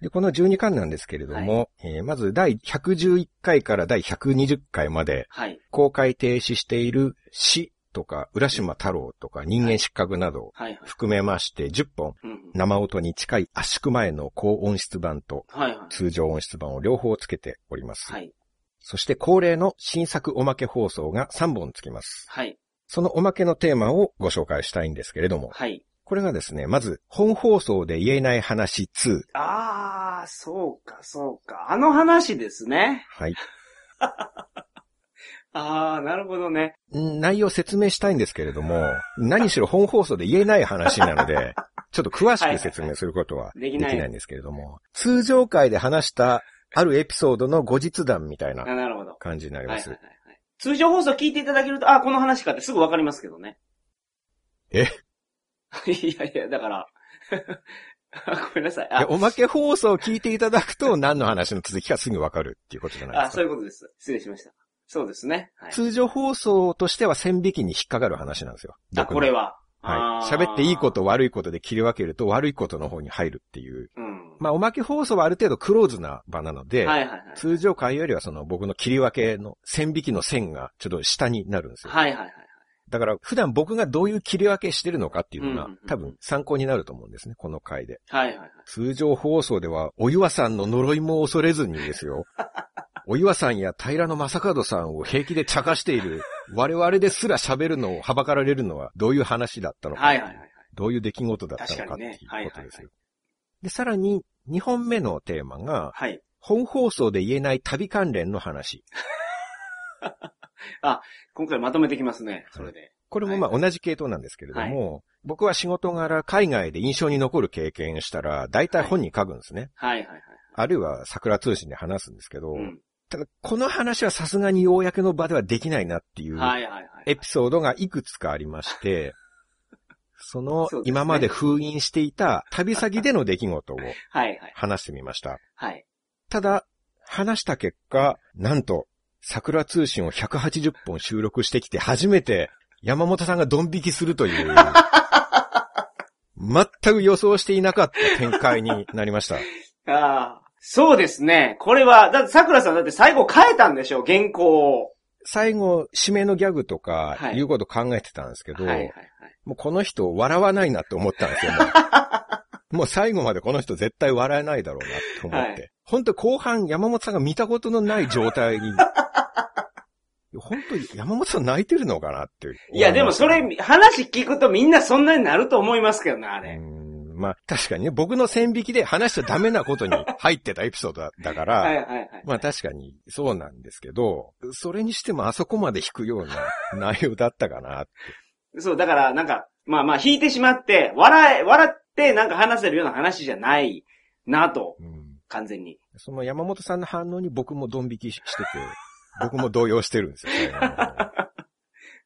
Speaker 3: で、この12巻なんですけれども、えーまず第111回から第120回まで、
Speaker 2: はい。
Speaker 3: 公開停止している死とか浦島太郎とか人間失格などを
Speaker 2: はいはい。
Speaker 3: 含めまして10本
Speaker 2: うんうん。
Speaker 3: 生音に近い圧縮前の高音質版と
Speaker 2: はいはい。
Speaker 3: 通常音質版を両方つけております。
Speaker 2: はい。
Speaker 3: そして恒例の新作おまけ放送が3本つきます。
Speaker 2: はい。
Speaker 3: そのおまけのテーマをご紹介したいんですけれども、
Speaker 2: はい。
Speaker 3: これがですね、まず本放送で言えない話2。
Speaker 2: あー、そうかそうか。あの話ですね。
Speaker 3: はい。
Speaker 2: あー、なるほどね。
Speaker 3: ん内容説明したいんですけれども、何しろ本放送で言えない話な
Speaker 2: [LAUGHS]
Speaker 3: ので、ちょっと詳しく説明することは
Speaker 2: で
Speaker 3: で
Speaker 2: き
Speaker 3: き
Speaker 2: ない
Speaker 3: ないんですけれども、通常回で話したあるエピソードの後日談みたい
Speaker 2: あ
Speaker 3: な
Speaker 2: なるほど。
Speaker 3: 感じになり
Speaker 2: は
Speaker 3: ま
Speaker 2: いはい
Speaker 3: す
Speaker 2: はい。はい。通常放送聞いていただけると、あ、この話かってすぐわかりますけどね。
Speaker 3: え
Speaker 2: いやいや、だから、 [LAUGHS] ごめんなさい。
Speaker 3: で
Speaker 2: あ、
Speaker 3: おまけ放送を聞いていただくと何の話の続きかすぐわかるっていうことじゃない
Speaker 2: あ
Speaker 3: です
Speaker 2: そ
Speaker 3: か
Speaker 2: う。いうことです。失礼しました。そうですね。はい、
Speaker 3: 通常放送としては線引きに引っかかる話なんですよ。
Speaker 2: あ、
Speaker 3: 僕の
Speaker 2: これは。
Speaker 3: は
Speaker 2: あ
Speaker 3: い。
Speaker 2: ー
Speaker 3: 喋っていいこ。と悪いことで切り分けると悪いことの方に入るっていう。
Speaker 2: うん。
Speaker 3: まあ、おまけ放送はある程度クローズな場なので、
Speaker 2: はいはいはい。
Speaker 3: 通常回よりはその僕の切り分けの線引きの線がちょっと下になるんですよ。
Speaker 2: はいはいはい。
Speaker 3: だから普段僕がどういう切り分けしてるのかっていうのが
Speaker 2: うんうんうん
Speaker 3: 多分参考になると思うんですね、この回で。
Speaker 2: はいはいはい。 [LAUGHS]
Speaker 3: 通常放送ではお湯わさんの呪いも恐れずにですよ。お岩さんや平野正門さんを平気で茶化している、我々ですら喋るのをはばかられるのはどういう話だったのか。
Speaker 2: はいはいはい。
Speaker 3: どういう出来事だったのかっていう
Speaker 2: 確かにね
Speaker 3: こと
Speaker 2: はいはい
Speaker 3: です
Speaker 2: は
Speaker 3: よ。で、さらに、2本目のテーマが、
Speaker 2: はい。
Speaker 3: 本放送で言えない旅関連の話。
Speaker 2: 今回まとめてきますね、それで。
Speaker 3: これもまあ同じ系統なんですけれども、僕は仕事柄海外で印象に残る経験したら、大体本に書くんですね。
Speaker 2: はいはいはい。
Speaker 3: あるいは桜通信で話すんですけど、
Speaker 2: うん。
Speaker 3: ただこの話はさすがに公の場ではできないなっていう
Speaker 2: はいはいはい。
Speaker 3: エピソードがいくつかあり
Speaker 2: [LAUGHS]
Speaker 3: まして、その
Speaker 2: そうですね
Speaker 3: 今まで封印していた旅先での出来事を
Speaker 2: はいはい。
Speaker 3: 話してみました。
Speaker 2: はい。
Speaker 3: ただ、話した結果、なんと、桜通信を180本収録してきて初めて山本さんがドン引きすると
Speaker 2: [LAUGHS]
Speaker 3: いう、全く予想していなかった展開になりました。
Speaker 2: ああ。そうですね。これは、だって桜さんだって最後変えたんでしょ原稿を。
Speaker 3: 最後、指名のギャグとか
Speaker 2: は、い
Speaker 3: いうこと考えてたんですけど、
Speaker 2: はいはいはい。
Speaker 3: もうこの人笑わないなって思ったんですよ、も
Speaker 2: [LAUGHS]
Speaker 3: う。もう最後までこの人絶対笑えないだろうなって思って。
Speaker 2: は
Speaker 3: 本当後半山本さんが見たことのない状態に。本当に山本さん泣いてるのかなっていう。
Speaker 2: いやでもそれ、話聞くとみんなそんなになると思いますけどな、あ
Speaker 3: う
Speaker 2: れ。
Speaker 3: んまあ確かにね、僕の線引きで話しちゃダメなことに入ってたエピソードだだから、
Speaker 2: はいはいはい。
Speaker 3: まあ確かにそうなんですけど、それにしてもあそこまで引くような内容だったかな。
Speaker 2: そう、だから、なんか、まあまあ、引いてしまって、笑え、笑って、なんか話せるような話じゃないなと、
Speaker 3: うん
Speaker 2: 完全に。
Speaker 3: その山本さんの反応に僕もドン引きしてて、 [LAUGHS] 僕も動揺してるんですよ。最後の方
Speaker 2: は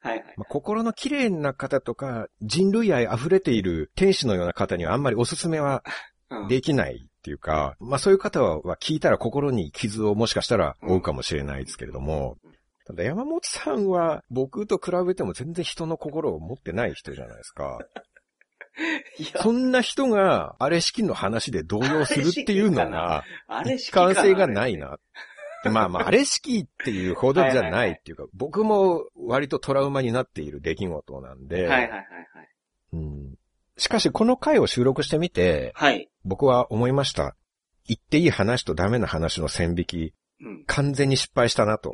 Speaker 2: いはい。
Speaker 3: まあ、心の綺麗な方とか、人類愛溢れている天使のような方にはあんまりおすすめは
Speaker 2: うん、
Speaker 3: できないっていうか、まあそういう方は聞いたら心に傷をもしかしたら負うかもしれないですけれども、ただ山本さんは僕と比べても全然人の心を持ってない人じゃないですか。
Speaker 2: いや、
Speaker 3: そんな人があれ式の話で動揺するっていうのが、
Speaker 2: あれ
Speaker 3: 一
Speaker 2: しか
Speaker 3: 貫性がない。な。でまあまあ、あれ式っていうほどじゃないっていうか、僕も割とトラウマになっている出来事なん
Speaker 2: は
Speaker 3: で、
Speaker 2: いはいはいはい。
Speaker 3: うんしかし、この回を収録してみて、
Speaker 2: はい。
Speaker 3: 僕は思いました。言っていい話とダメな話の線引き、
Speaker 2: うん。
Speaker 3: 完全に失敗した
Speaker 2: [LAUGHS]
Speaker 3: なと。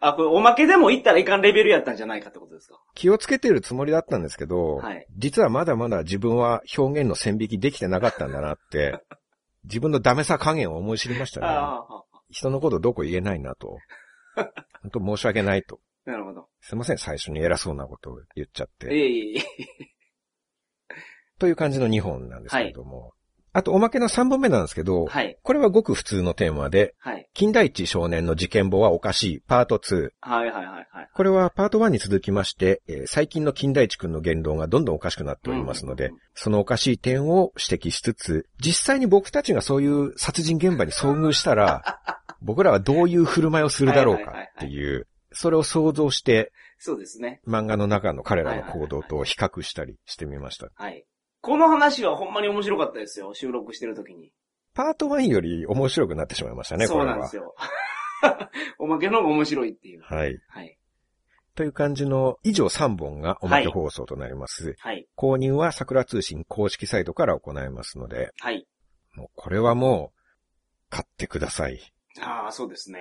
Speaker 2: あ、これ、おまけでも言ったらいかんレベルやったんじゃないかってことですか
Speaker 3: 気をつけてるつもりだったんですけど、
Speaker 2: はい
Speaker 3: 実はまだまだ自分は表現の線引きできてなかったんだなって、自分のダメさ加減を思い知りましたね。
Speaker 2: ああ、
Speaker 3: 人のことどうこう言えないなと。本当申し訳ないと。
Speaker 2: なるほど。
Speaker 3: すいません、最初に偉そうなことを言っちゃって。
Speaker 2: えいえいえ。
Speaker 3: という感じの2本なんですけれども。あと、おまけの3本目なんですけど、
Speaker 2: はい。
Speaker 3: これはごく普通のテーマで、
Speaker 2: はい。
Speaker 3: 近代一少年の事件簿はおかしい、パート2。
Speaker 2: はいはいはいはい。
Speaker 3: これはパート1に続きまして、えー最近の近代一くんの言動がどんどんおかしくなっておりますので、
Speaker 2: うん
Speaker 3: そのおかしい点を指摘しつつ、実際に僕たちがそういう殺人現場に遭遇したら、僕らはどういう振る舞いをするだろうかっていう、それを想像して
Speaker 2: そうですね。
Speaker 3: 漫画の中の彼らの行動と比較したりしてみました。
Speaker 2: はい。この話はほんまに面白かったですよ。収録してる時に。
Speaker 3: パート1より面白くなってしまいましたね、こ
Speaker 2: そう
Speaker 3: れ
Speaker 2: なんで
Speaker 3: は
Speaker 2: す。よ。 [LAUGHS] おまけの方が面白いっていう。
Speaker 3: はい。
Speaker 2: はい。
Speaker 3: という感じの以上3本がおまけ放送となります。
Speaker 2: はい。
Speaker 3: 購入は桜通信公式サイトから行いますので、
Speaker 2: はい。
Speaker 3: もうこれはもう、買ってください。
Speaker 2: ああ、そうですね。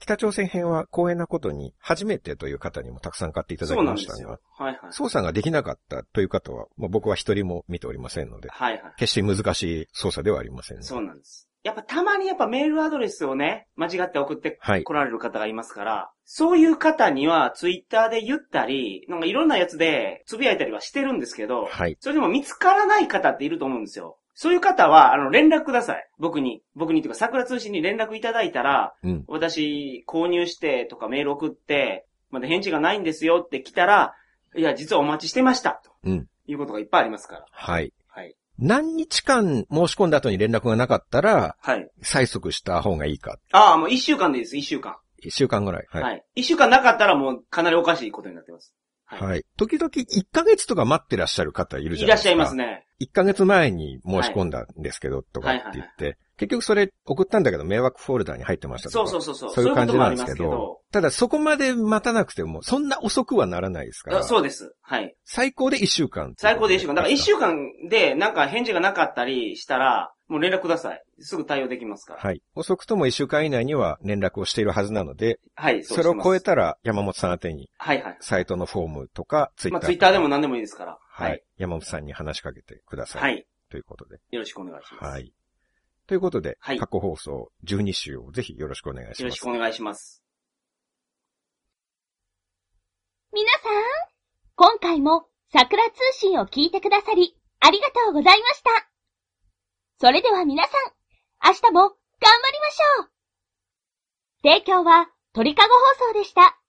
Speaker 3: 北朝鮮編は光栄なことに、初めてという方にもたくさん買っていただ
Speaker 2: そ
Speaker 3: き
Speaker 2: うなん
Speaker 3: ま
Speaker 2: で
Speaker 3: した
Speaker 2: す
Speaker 3: が
Speaker 2: よ、。はいはい。
Speaker 3: 操作ができなかったという方は、もう僕は一人も見ておりませんので、
Speaker 2: はいはい。
Speaker 3: 決して難しい操作ではありません、ね。
Speaker 2: そうなんです。やっぱたまにやっぱメールアドレスをね、間違って送って
Speaker 3: はい。
Speaker 2: 来られる方がいますから、そういう方にはツイッターで言ったり、なんかいろんなやつでつぶやいたりはしてるんですけど、
Speaker 3: はい。
Speaker 2: それでも見つからない方っていると思うんですよ。そういう方は、あの、連絡ください。僕に。僕にというか、桜通信に連絡いただいたら、
Speaker 3: うん。
Speaker 2: 私、購入してとかメール送って、まだ返事がないんですよって来たら、いや、実はお待ちしてました。と
Speaker 3: うん
Speaker 2: いうことがいっぱいありますから。
Speaker 3: はい。
Speaker 2: はい。
Speaker 3: 何日間申し込んだ後に連絡がなかったら、
Speaker 2: はい。
Speaker 3: 催促した方がいいか。
Speaker 2: ああ、もう一週間でいいです、一週間。
Speaker 3: 一週間ぐらい。はい。
Speaker 2: はい。一週間なかったらもうかなりおかしいことになってます。
Speaker 3: はい。時々1ヶ月とか待ってらっしゃる方いる
Speaker 2: い
Speaker 3: じゃな
Speaker 2: らっ
Speaker 3: いです
Speaker 2: し
Speaker 3: か。
Speaker 2: ゃいますね。
Speaker 3: 1ヶ月前に申し込んだんですけど、とかって言って、結局それ送ったんだけど迷惑フォルダに入ってましたと
Speaker 2: そ
Speaker 3: か。
Speaker 2: うそうそうそう。
Speaker 3: そういう感じなんです
Speaker 2: そう
Speaker 3: け
Speaker 2: いうこ
Speaker 3: ど、ただそこまで待たなくても、そんな遅くはならないです
Speaker 2: と
Speaker 3: か
Speaker 2: もありますけど。あそ
Speaker 3: ら、
Speaker 2: うです。はい。
Speaker 3: 最高で1週間。
Speaker 2: 最高で1週間。だから1週間でなんか返事がなかったりしたら、もう連絡ください。すぐ対応できますから。
Speaker 3: はい。遅くとも1週間以内には連絡をしているはずなので、
Speaker 2: はい、
Speaker 3: それを超え
Speaker 2: て。
Speaker 3: たら山本さん宛てに、
Speaker 2: はいはい。
Speaker 3: サイトのフォームとか、ツイッ
Speaker 2: まあ
Speaker 3: ター。
Speaker 2: ツイッターでも何でもいいですから。
Speaker 3: は
Speaker 2: はいい。。
Speaker 3: 山本さんに話しかけてください。
Speaker 2: はい。
Speaker 3: ということで。
Speaker 2: よろしくお願いします。
Speaker 3: は
Speaker 2: はい。
Speaker 3: い。ということで、
Speaker 2: はい
Speaker 3: 過去放送12週をぜひよろしくお願いし
Speaker 2: よ
Speaker 3: ま
Speaker 2: ろし
Speaker 3: す
Speaker 2: く。お願いします。
Speaker 1: 皆さん、今回も桜通信を聞いてくださり、ありがとうございました。それでは皆さん、明日も頑張りましょう提供は鳥かご放送でした。